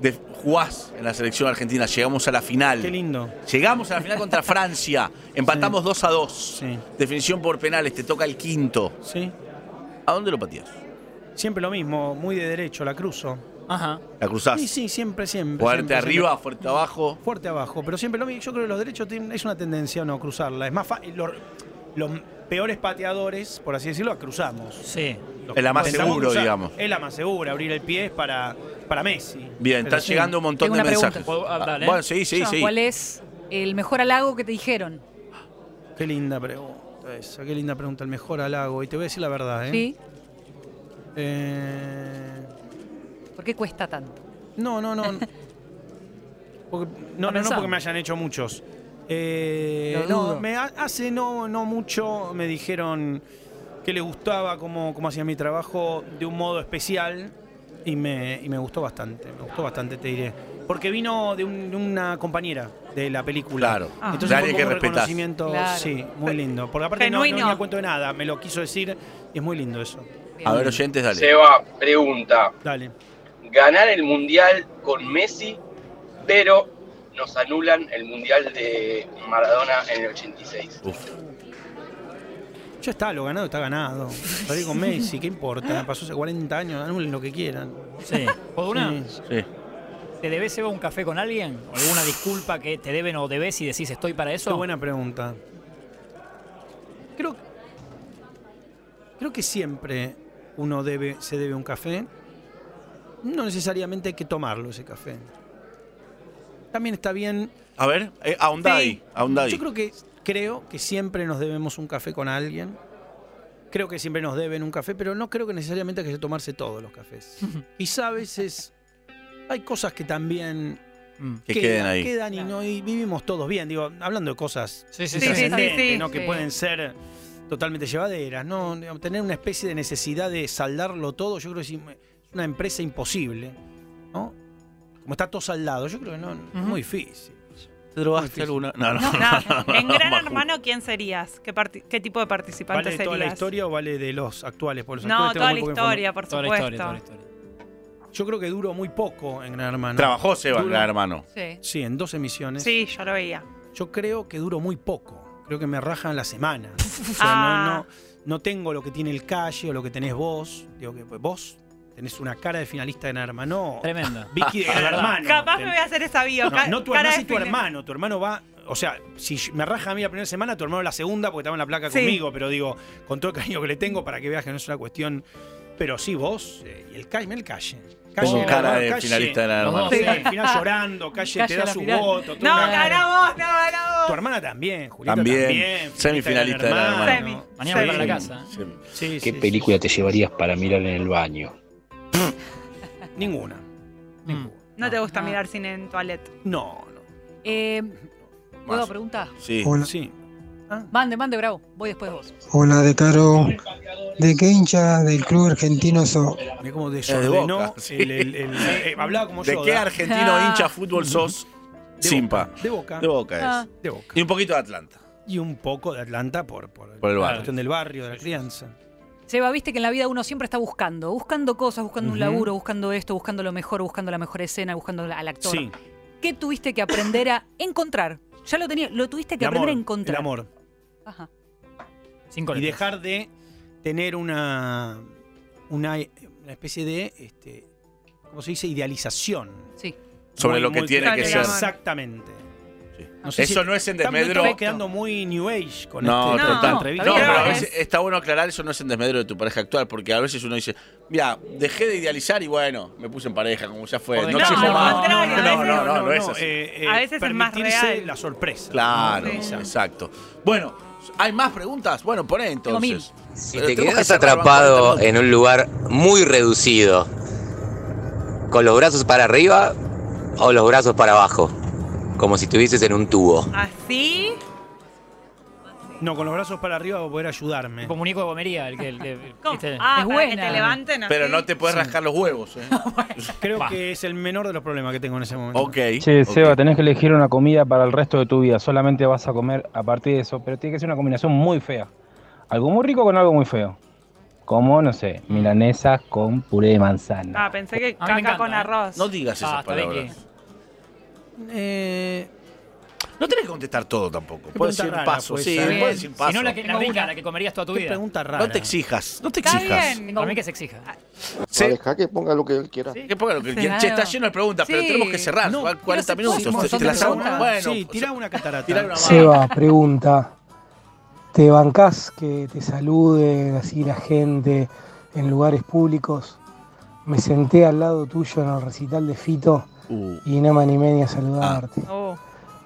Speaker 1: De- jugás en la selección argentina, llegamos a la final.
Speaker 4: Qué lindo.
Speaker 1: Llegamos a la final contra Francia, empatamos 2 a 2.
Speaker 4: Sí.
Speaker 1: Definición por penales, te toca el quinto.
Speaker 4: Sí.
Speaker 1: ¿A dónde lo pateás?
Speaker 4: Siempre lo mismo, muy de derecho, la cruzo.
Speaker 3: Ajá.
Speaker 1: ¿La cruzás?
Speaker 4: Sí, sí, siempre, siempre.
Speaker 1: Fuerte
Speaker 4: siempre,
Speaker 1: arriba, fuerte abajo.
Speaker 4: siempre. Fuerte abajo, pero siempre lo mismo. Yo creo que los derechos tienen- es una tendencia a no cruzarla. Es más fácil. Los, los peores pateadores, por así decirlo, la cruzamos.
Speaker 3: Sí.
Speaker 4: Los-
Speaker 1: Es la más
Speaker 4: intentamos
Speaker 1: seguro, digamos.
Speaker 4: Es la más segura, abrir el pie es para, para Messi.
Speaker 1: Bien,
Speaker 4: Pero
Speaker 1: está
Speaker 4: sí.
Speaker 1: llegando un montón
Speaker 6: Tengo
Speaker 1: de
Speaker 6: una pregunta.
Speaker 1: mensajes.
Speaker 3: ¿Puedo- ah, dale.
Speaker 1: bueno, sí, sí,
Speaker 6: Joan,
Speaker 1: sí.
Speaker 6: ¿Cuál es el mejor halago que te dijeron?
Speaker 4: Qué linda pregunta esa, qué linda pregunta, el mejor halago. Y te voy a decir la verdad, ¿eh?
Speaker 6: ¿Sí?
Speaker 4: Eh,
Speaker 6: ¿Por qué cuesta tanto?
Speaker 4: no, no, no. Porque- no, no, no
Speaker 3: pensando.
Speaker 4: porque me hayan hecho muchos. Eh,
Speaker 6: Lo
Speaker 4: no,
Speaker 6: dudo.
Speaker 4: me ha- hace no, no mucho me dijeron que le gustaba cómo, cómo hacía mi trabajo de un modo especial y me, y me gustó bastante, me gustó bastante, te diré. Porque vino de, un- de una compañera de la película.
Speaker 1: Claro.
Speaker 2: Ah.
Speaker 4: Entonces
Speaker 1: Nadie
Speaker 4: fue como
Speaker 1: que
Speaker 4: un
Speaker 1: respetás.
Speaker 4: reconocimiento,
Speaker 6: Claro.
Speaker 4: sí, muy lindo. Porque aparte no, no
Speaker 2: Genuino.
Speaker 4: venía a cuento de nada, me lo quiso decir y es muy lindo eso.
Speaker 1: A ver, oyentes, dale.
Speaker 8: Seba, pregunta.
Speaker 4: Dale.
Speaker 8: Ganar el mundial con Messi, pero nos anulan el mundial de Maradona en el 86.
Speaker 1: Uf.
Speaker 4: Ya está, lo ganado está ganado. Salí con Messi, ¿qué importa? Pasó hace 40 años, anulen lo que quieran.
Speaker 3: Sí. ¿Puedo una?
Speaker 4: Sí.
Speaker 1: Sí.
Speaker 3: ¿Te debes Eva un café con alguien? ¿O ¿Alguna disculpa que te deben o debes y decís estoy para
Speaker 4: Qué
Speaker 3: eso?
Speaker 4: buena pregunta. Creo, creo que siempre uno debe, se debe un café. No necesariamente hay que tomarlo ese café. También está bien.
Speaker 1: A ver, eh, ahondá ahí, ahondá ahí.
Speaker 4: Yo creo que creo que siempre nos debemos un café con alguien. Creo que siempre nos deben un café, pero no creo que necesariamente haya que tomarse todos los cafés. Quizá a veces hay cosas que también
Speaker 3: Mm.
Speaker 1: Que queden ahí.
Speaker 4: quedan y, no, y vivimos todos bien. Digo, hablando de cosas
Speaker 3: Sí,
Speaker 2: Sí, sí,
Speaker 3: sí,
Speaker 2: sí,
Speaker 4: trascendentes,
Speaker 2: sí.
Speaker 4: ¿no? que
Speaker 6: Sí.
Speaker 4: pueden ser totalmente llevaderas, ¿no? Digamos, Tener una especie de necesidad de saldarlo todo, yo creo que es im- es una empresa imposible, ¿no? Como está todo saldado, yo creo que no, es muy difícil.
Speaker 1: ¿Te drogaste alguna? No, no.
Speaker 2: No, en Gran
Speaker 1: Maju.
Speaker 2: Hermano, ¿quién serías? ¿Qué, parti- qué tipo de participante
Speaker 4: ¿Vale de
Speaker 2: serías?
Speaker 4: toda la historia o vale de los actuales? Por los
Speaker 2: No,
Speaker 4: actuales tengo
Speaker 2: toda la
Speaker 4: muy poca
Speaker 2: historia, por supuesto.
Speaker 3: Toda la historia, toda la historia.
Speaker 4: Yo creo que duró muy poco en Gran Hermano.
Speaker 1: Trabajó Seba,
Speaker 4: Duro.
Speaker 1: gran hermano.
Speaker 2: Sí.
Speaker 4: Sí, en dos emisiones.
Speaker 2: Sí, yo lo veía.
Speaker 4: Yo creo que duró muy poco. Creo que me rajan la semana. O sea, no,
Speaker 2: Ah.
Speaker 4: no, no tengo lo que tiene el calle o lo que tenés vos. Digo que pues, vos tenés una cara de finalista de Gran Hermano.
Speaker 3: Tremendo.
Speaker 4: Vicky de Gran
Speaker 3: verdad.
Speaker 4: Hermano.
Speaker 2: Ah, Capaz
Speaker 4: Ten-
Speaker 2: me voy a hacer esa bio.
Speaker 4: No,
Speaker 2: ca-
Speaker 4: no tu,
Speaker 2: cara
Speaker 4: no
Speaker 2: de
Speaker 4: si tu
Speaker 2: file-
Speaker 4: hermano. Tu hermano va. O sea, si yo- me raja a mí la primera semana, tu hermano la segunda porque estaba en la placa
Speaker 2: Sí.
Speaker 4: conmigo. Pero digo, con todo el cariño que le tengo para que veas que no es una cuestión. Pero sí, vos eh, y el calle, mira el calle. Calle
Speaker 1: Con
Speaker 4: era
Speaker 1: cara
Speaker 4: hermano,
Speaker 1: de
Speaker 4: Calle,
Speaker 1: finalista de gran
Speaker 3: Los
Speaker 1: hermano.
Speaker 3: dos, sí.
Speaker 4: Al final llorando, calle,
Speaker 6: Calle
Speaker 4: te da
Speaker 6: a la
Speaker 4: su
Speaker 6: final.
Speaker 4: voto.
Speaker 2: No,
Speaker 4: toda una-
Speaker 2: ganamos, no,
Speaker 4: Tu
Speaker 2: ganamos.
Speaker 4: hermana también, Julieta.
Speaker 1: También,
Speaker 4: También.
Speaker 1: semifinalista de la
Speaker 4: Gran
Speaker 1: hermana.
Speaker 4: Hermano.
Speaker 3: Mañana
Speaker 2: Sí.
Speaker 3: para la casa.
Speaker 1: Sí.
Speaker 4: Sí,
Speaker 5: ¿Qué
Speaker 4: sí,
Speaker 5: película te llevarías para mirar en el baño?
Speaker 4: sí. Ninguna. Ninguna.
Speaker 2: No te gusta
Speaker 6: No.
Speaker 2: mirar cine en toilet.
Speaker 4: No, no.
Speaker 6: Eh, ¿Puedo
Speaker 1: Más.
Speaker 6: preguntar?
Speaker 1: Sí.
Speaker 9: Hola,
Speaker 4: Sí.
Speaker 6: Mande, mande, bravo. Voy después de vos.
Speaker 9: hola de Caro. ¿De qué hincha del club argentino sos?
Speaker 4: Mirá cómo
Speaker 1: de
Speaker 4: desordenó.
Speaker 1: Boca, sí.
Speaker 4: el- el- el- eh, hablaba como
Speaker 1: ¿De
Speaker 4: yo.
Speaker 1: qué argentino hincha fútbol sos? Simpa.
Speaker 4: De boca.
Speaker 1: De boca es.
Speaker 4: De boca.
Speaker 1: Y un poquito de Atlanta.
Speaker 4: Y un poco de Atlanta por,
Speaker 1: Por el
Speaker 4: la
Speaker 1: barrio.
Speaker 4: cuestión del barrio, de la crianza.
Speaker 6: Seba, viste que en la vida uno siempre está buscando, buscando cosas, buscando un
Speaker 4: Ujú.
Speaker 6: laburo, buscando esto, buscando lo mejor, buscando la mejor escena, buscando al actor.
Speaker 4: Sí,
Speaker 6: ¿Qué tuviste que aprender a encontrar? Ya lo tenías, lo tuviste que
Speaker 4: el amor,
Speaker 6: aprender a encontrar.
Speaker 4: el amor.
Speaker 6: Ajá.
Speaker 3: Cinco
Speaker 4: Y
Speaker 3: letras.
Speaker 4: dejar de tener una, una, una especie de, este, ¿cómo se dice? Idealización.
Speaker 6: Sí.
Speaker 1: Sobre
Speaker 4: Muy,
Speaker 1: lo que
Speaker 4: muy
Speaker 1: tiene
Speaker 2: claro.
Speaker 1: que
Speaker 2: Dale,
Speaker 1: ser.
Speaker 2: amor.
Speaker 4: Exactamente.
Speaker 1: Sí.
Speaker 4: No sé
Speaker 1: Eso
Speaker 4: si-
Speaker 1: no es en
Speaker 4: Estamos
Speaker 1: desmedro.
Speaker 4: estamos quedando muy New Age con
Speaker 1: No,
Speaker 4: este,
Speaker 2: No,
Speaker 1: total.
Speaker 4: entrevista.
Speaker 1: No,
Speaker 2: Pero
Speaker 1: pero a
Speaker 2: es-
Speaker 1: veces está bueno aclarar eso no es en desmedro de tu pareja actual, porque a veces uno dice, mira, dejé de idealizar y bueno, me puse en pareja, como ya fue.
Speaker 3: O de-
Speaker 1: No,
Speaker 3: No,
Speaker 1: exijo
Speaker 3: al
Speaker 1: más.
Speaker 2: contrario, a
Speaker 1: no, no,
Speaker 2: veces-
Speaker 1: no, no, no es así.
Speaker 4: eh, eh,
Speaker 2: A veces es más
Speaker 4: permitirse
Speaker 2: real.
Speaker 4: la sorpresa.
Speaker 1: Claro,
Speaker 4: ¿no? Esa.
Speaker 1: exacto. Bueno, ¿hay más preguntas? Bueno, poné entonces.
Speaker 10: Si te quedas atrapado en un lugar muy reducido, con los brazos para arriba o los brazos para abajo, como si estuvieses en un tubo.
Speaker 2: Así.
Speaker 4: No, con los brazos para arriba va a poder ayudarme.
Speaker 3: Me comunico de gomería, el que. El que
Speaker 2: ¿Cómo?
Speaker 3: ¿viste?
Speaker 2: Ah,
Speaker 6: Es
Speaker 2: para que
Speaker 6: buena.
Speaker 2: te levanten así.
Speaker 1: Pero no te puedes rascar los huevos, ¿eh?
Speaker 4: Creo
Speaker 3: Va.
Speaker 4: que es el menor de los problemas que tengo en ese momento.
Speaker 1: ok.
Speaker 11: Che,
Speaker 1: ok.
Speaker 11: Seba, tenés que elegir una comida para el resto de tu vida. Solamente vas a comer a partir de eso, pero tiene que ser una combinación muy fea. Algo muy rico con algo muy feo. Como, no sé, milanesas con puré de manzana.
Speaker 2: Ah, pensé que
Speaker 3: A mí me
Speaker 2: caca
Speaker 3: encanta,
Speaker 2: con
Speaker 3: ¿eh?
Speaker 2: arroz.
Speaker 1: No digas
Speaker 3: Ah,
Speaker 1: esas
Speaker 3: está bien
Speaker 1: palabras.
Speaker 4: Eh,
Speaker 1: No tenés que contestar todo tampoco.
Speaker 4: Qué
Speaker 1: Puedes
Speaker 4: pregunta
Speaker 1: ir
Speaker 4: rara,
Speaker 1: paso,
Speaker 4: pues,
Speaker 1: sí,
Speaker 4: ¿eh?
Speaker 1: puedes ir paso.
Speaker 3: Si no, la, que, la rica, la que comerías toda tu
Speaker 4: qué
Speaker 3: vida.
Speaker 4: pregunta rara.
Speaker 1: No te exijas, no te
Speaker 2: Está
Speaker 1: exijas.
Speaker 2: bien.
Speaker 3: Para mí que se exija.
Speaker 1: Se-
Speaker 5: que ponga lo que él quiera.
Speaker 1: que ponga lo que quieran.
Speaker 6: Claro.
Speaker 1: Che, está lleno de preguntas, pero
Speaker 6: Sí.
Speaker 1: tenemos que cerrar.
Speaker 4: No,
Speaker 1: Cuar- 40
Speaker 4: tirás
Speaker 1: minutos.
Speaker 4: un montón
Speaker 1: ¿Te
Speaker 4: de
Speaker 1: las hago?
Speaker 4: preguntas.
Speaker 1: Bueno,
Speaker 4: sí, tirá una catarata.
Speaker 1: tirá una
Speaker 9: Seba, pregunta. ¿Te bancás que te salude así la gente en lugares públicos? Me senté al lado tuyo en el recital de Fito
Speaker 1: Uh,
Speaker 9: y no me animé ni a saludarte.
Speaker 2: Oh.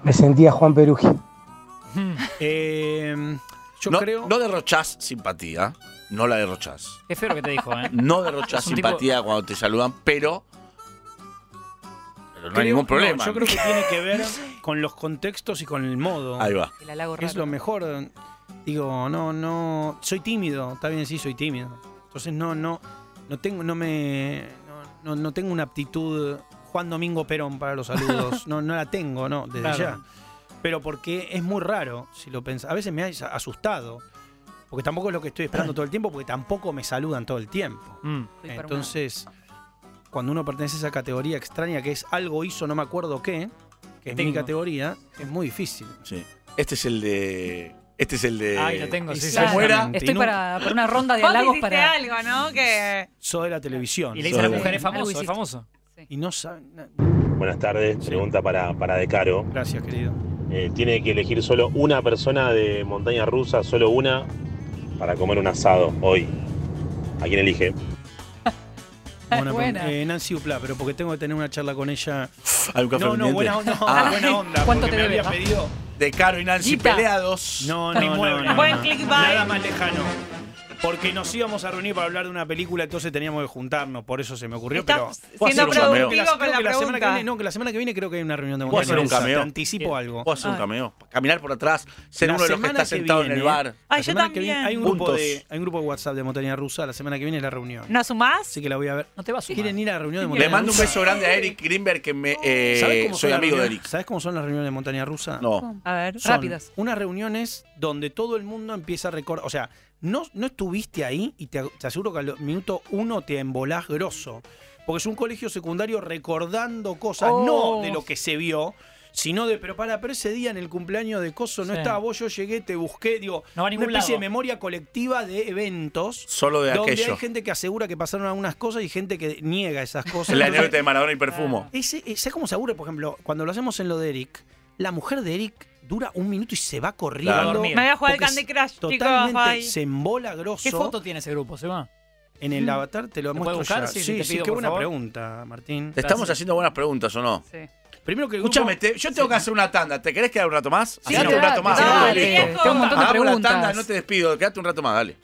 Speaker 9: Me sentía Juan Peruji.
Speaker 4: Eh, yo
Speaker 1: no,
Speaker 4: creo.
Speaker 1: no derrochás simpatía. No la derrochás.
Speaker 3: Qué feo lo que te dijo, ¿eh?
Speaker 1: No derrochás
Speaker 3: Es un tipo-
Speaker 1: simpatía cuando te saludan, pero. Pero no
Speaker 4: creo-
Speaker 1: hay ningún problema.
Speaker 4: no, yo creo que tiene que ver con los contextos y con el modo.
Speaker 1: Ahí va.
Speaker 6: El halago
Speaker 4: que es
Speaker 6: raro.
Speaker 4: lo mejor. Digo, no, no. Soy tímido. Está bien, sí, soy tímido. Entonces no, no, no tengo, no me. no- No, no tengo una aptitud Juan Domingo Perón para los saludos. No, no la tengo, no, desde
Speaker 3: Claro.
Speaker 4: ya. Pero porque es muy raro, si lo pensás. A veces me ha asustado. Porque tampoco es lo que estoy esperando todo el tiempo, porque tampoco me saludan todo el tiempo.
Speaker 3: Mm.
Speaker 6: Estoy para una-
Speaker 4: Entonces, cuando uno pertenece a esa categoría extraña que es algo hizo, no me acuerdo qué, que es mi
Speaker 3: Tengo.
Speaker 4: categoría, es muy difícil.
Speaker 1: Sí. Este es el de. Este es el de.
Speaker 3: Ay, lo tengo, sí, sí.
Speaker 6: Claro.
Speaker 1: ¿Cómo era?
Speaker 6: Estoy para, para una ronda de
Speaker 2: Vos
Speaker 6: halagos
Speaker 2: hiciste
Speaker 6: para.
Speaker 2: algo, ¿no? Que
Speaker 4: Soy de la televisión.
Speaker 3: Y le dice a la
Speaker 1: Sí.
Speaker 3: mujer, es
Speaker 6: Algo
Speaker 3: famoso,
Speaker 6: hiciste.
Speaker 3: es famoso.
Speaker 4: Y no saben. na-
Speaker 11: Buenas tardes,
Speaker 4: pregunta
Speaker 11: para, para Decaro.
Speaker 4: Gracias, querido.
Speaker 11: tiene que elegir solo una persona de montaña rusa, solo una, para comer un asado hoy. ¿A quién elige?
Speaker 4: Buena
Speaker 6: Buena.
Speaker 4: pregunta. Eh, Nancy Upla, pero porque tengo que tener una charla con ella.
Speaker 1: Hay un café
Speaker 4: No, no,
Speaker 1: pendiente.
Speaker 4: buena, onda,
Speaker 1: Ah.
Speaker 4: buena onda.
Speaker 6: ¿Cuánto
Speaker 4: porque
Speaker 6: te
Speaker 4: me
Speaker 6: debe,
Speaker 4: había
Speaker 6: no?
Speaker 4: pedido.
Speaker 1: De Caro y Nancy
Speaker 6: Guita.
Speaker 1: peleados.
Speaker 4: No, no, no, no, no,
Speaker 2: Buen
Speaker 4: no.
Speaker 2: clickbait.
Speaker 4: Nada más lejano. Porque nos íbamos a reunir para hablar de una película, entonces teníamos que juntarnos, por eso se me ocurrió, pero.
Speaker 2: estás
Speaker 1: Puedo
Speaker 2: siendo
Speaker 1: hacer un cameo.
Speaker 2: productivo
Speaker 4: Creo
Speaker 2: con
Speaker 4: que
Speaker 2: la,
Speaker 4: semana que
Speaker 2: pregunta.
Speaker 4: viene, no, que la semana que viene creo que hay una reunión de
Speaker 1: ¿Puedo hacer
Speaker 4: montaña
Speaker 1: un
Speaker 4: rusa,
Speaker 1: cameo?
Speaker 4: Te anticipo algo.
Speaker 1: Puedo hacer un
Speaker 6: Ay.
Speaker 1: cameo. Caminar por atrás, ser
Speaker 4: Ah. La
Speaker 1: uno de los que
Speaker 4: semana
Speaker 1: está sentado en el
Speaker 4: viene- ¿eh?
Speaker 1: bar.
Speaker 4: La
Speaker 2: Ay, yo
Speaker 4: semana que viene-
Speaker 2: también.
Speaker 4: hay, un grupo
Speaker 1: Juntos.
Speaker 4: de, hay un grupo de WhatsApp de montaña rusa. La semana que viene es la reunión.
Speaker 2: ¿No sumás?
Speaker 4: Así que la voy a ver.
Speaker 3: No te vas a sumar.
Speaker 4: ¿Quieren ir a la reunión de montaña
Speaker 1: Le mando un
Speaker 4: rusa?
Speaker 1: beso grande a Eric Greenberg, que me, eh,
Speaker 4: ¿Sabés cómo son
Speaker 1: soy
Speaker 4: las
Speaker 1: amigo de
Speaker 4: reuniones?
Speaker 1: Eric.
Speaker 4: ¿Sabés cómo son las reuniones de montaña rusa?
Speaker 1: No.
Speaker 6: A ver,
Speaker 4: Son
Speaker 6: rápidas.
Speaker 4: Unas reuniones donde todo el mundo empieza a recordar. O sea, no, no estuviste ahí y te, te aseguro que al minuto uno te embolás grosso. porque es un colegio secundario recordando cosas,
Speaker 1: Oh.
Speaker 4: no de lo que se vio, sino de, pero para, pero ese día en el cumpleaños de Coso no
Speaker 1: Sí.
Speaker 4: estaba vos, yo llegué, te busqué, digo,
Speaker 1: No va a
Speaker 4: una
Speaker 1: ningún
Speaker 4: especie
Speaker 1: lado.
Speaker 4: de memoria colectiva de eventos.
Speaker 1: Solo de
Speaker 4: donde
Speaker 1: aquello.
Speaker 4: hay gente que asegura que pasaron algunas cosas y gente que niega esas cosas.
Speaker 1: La
Speaker 4: Entonces,
Speaker 1: anécdota de Maradona y perfumo.
Speaker 4: ese, eh, ¿Sabes cómo se aburre? Por ejemplo, cuando lo hacemos en lo de Eric, la mujer de Eric dura un minuto y se va
Speaker 3: Va a
Speaker 4: corriendo.
Speaker 3: dormir. Me voy a jugar al
Speaker 4: porque
Speaker 3: Candy Crush,
Speaker 4: se-
Speaker 3: chicos,
Speaker 4: Totalmente
Speaker 3: bye.
Speaker 4: se embola grosso.
Speaker 3: ¿Qué foto tiene ese grupo, Seba?
Speaker 4: En el avatar te lo
Speaker 3: ¿Te
Speaker 4: muestro
Speaker 3: puedo buscar?
Speaker 4: ya.
Speaker 3: Sí,
Speaker 4: Sí,
Speaker 3: sí, te
Speaker 4: sí,
Speaker 3: pido,
Speaker 4: qué
Speaker 3: por
Speaker 4: buena
Speaker 3: favor.
Speaker 4: pregunta, Martín.
Speaker 1: Te estamos haciendo buenas preguntas, ¿o no?
Speaker 6: Sí.
Speaker 4: Primero que el
Speaker 1: Escúchame, te- yo tengo que hacer una tanda. ¿Te querés quedar un rato más?
Speaker 4: Sí,
Speaker 1: Hagamos
Speaker 4: dale,
Speaker 1: un rato más.
Speaker 4: dale,
Speaker 1: hagamos
Speaker 4: dale.
Speaker 1: listo.
Speaker 4: Tengo un montón de
Speaker 1: Hagamos la
Speaker 4: preguntas.
Speaker 1: tanda, no te despido. Quédate un rato más, dale.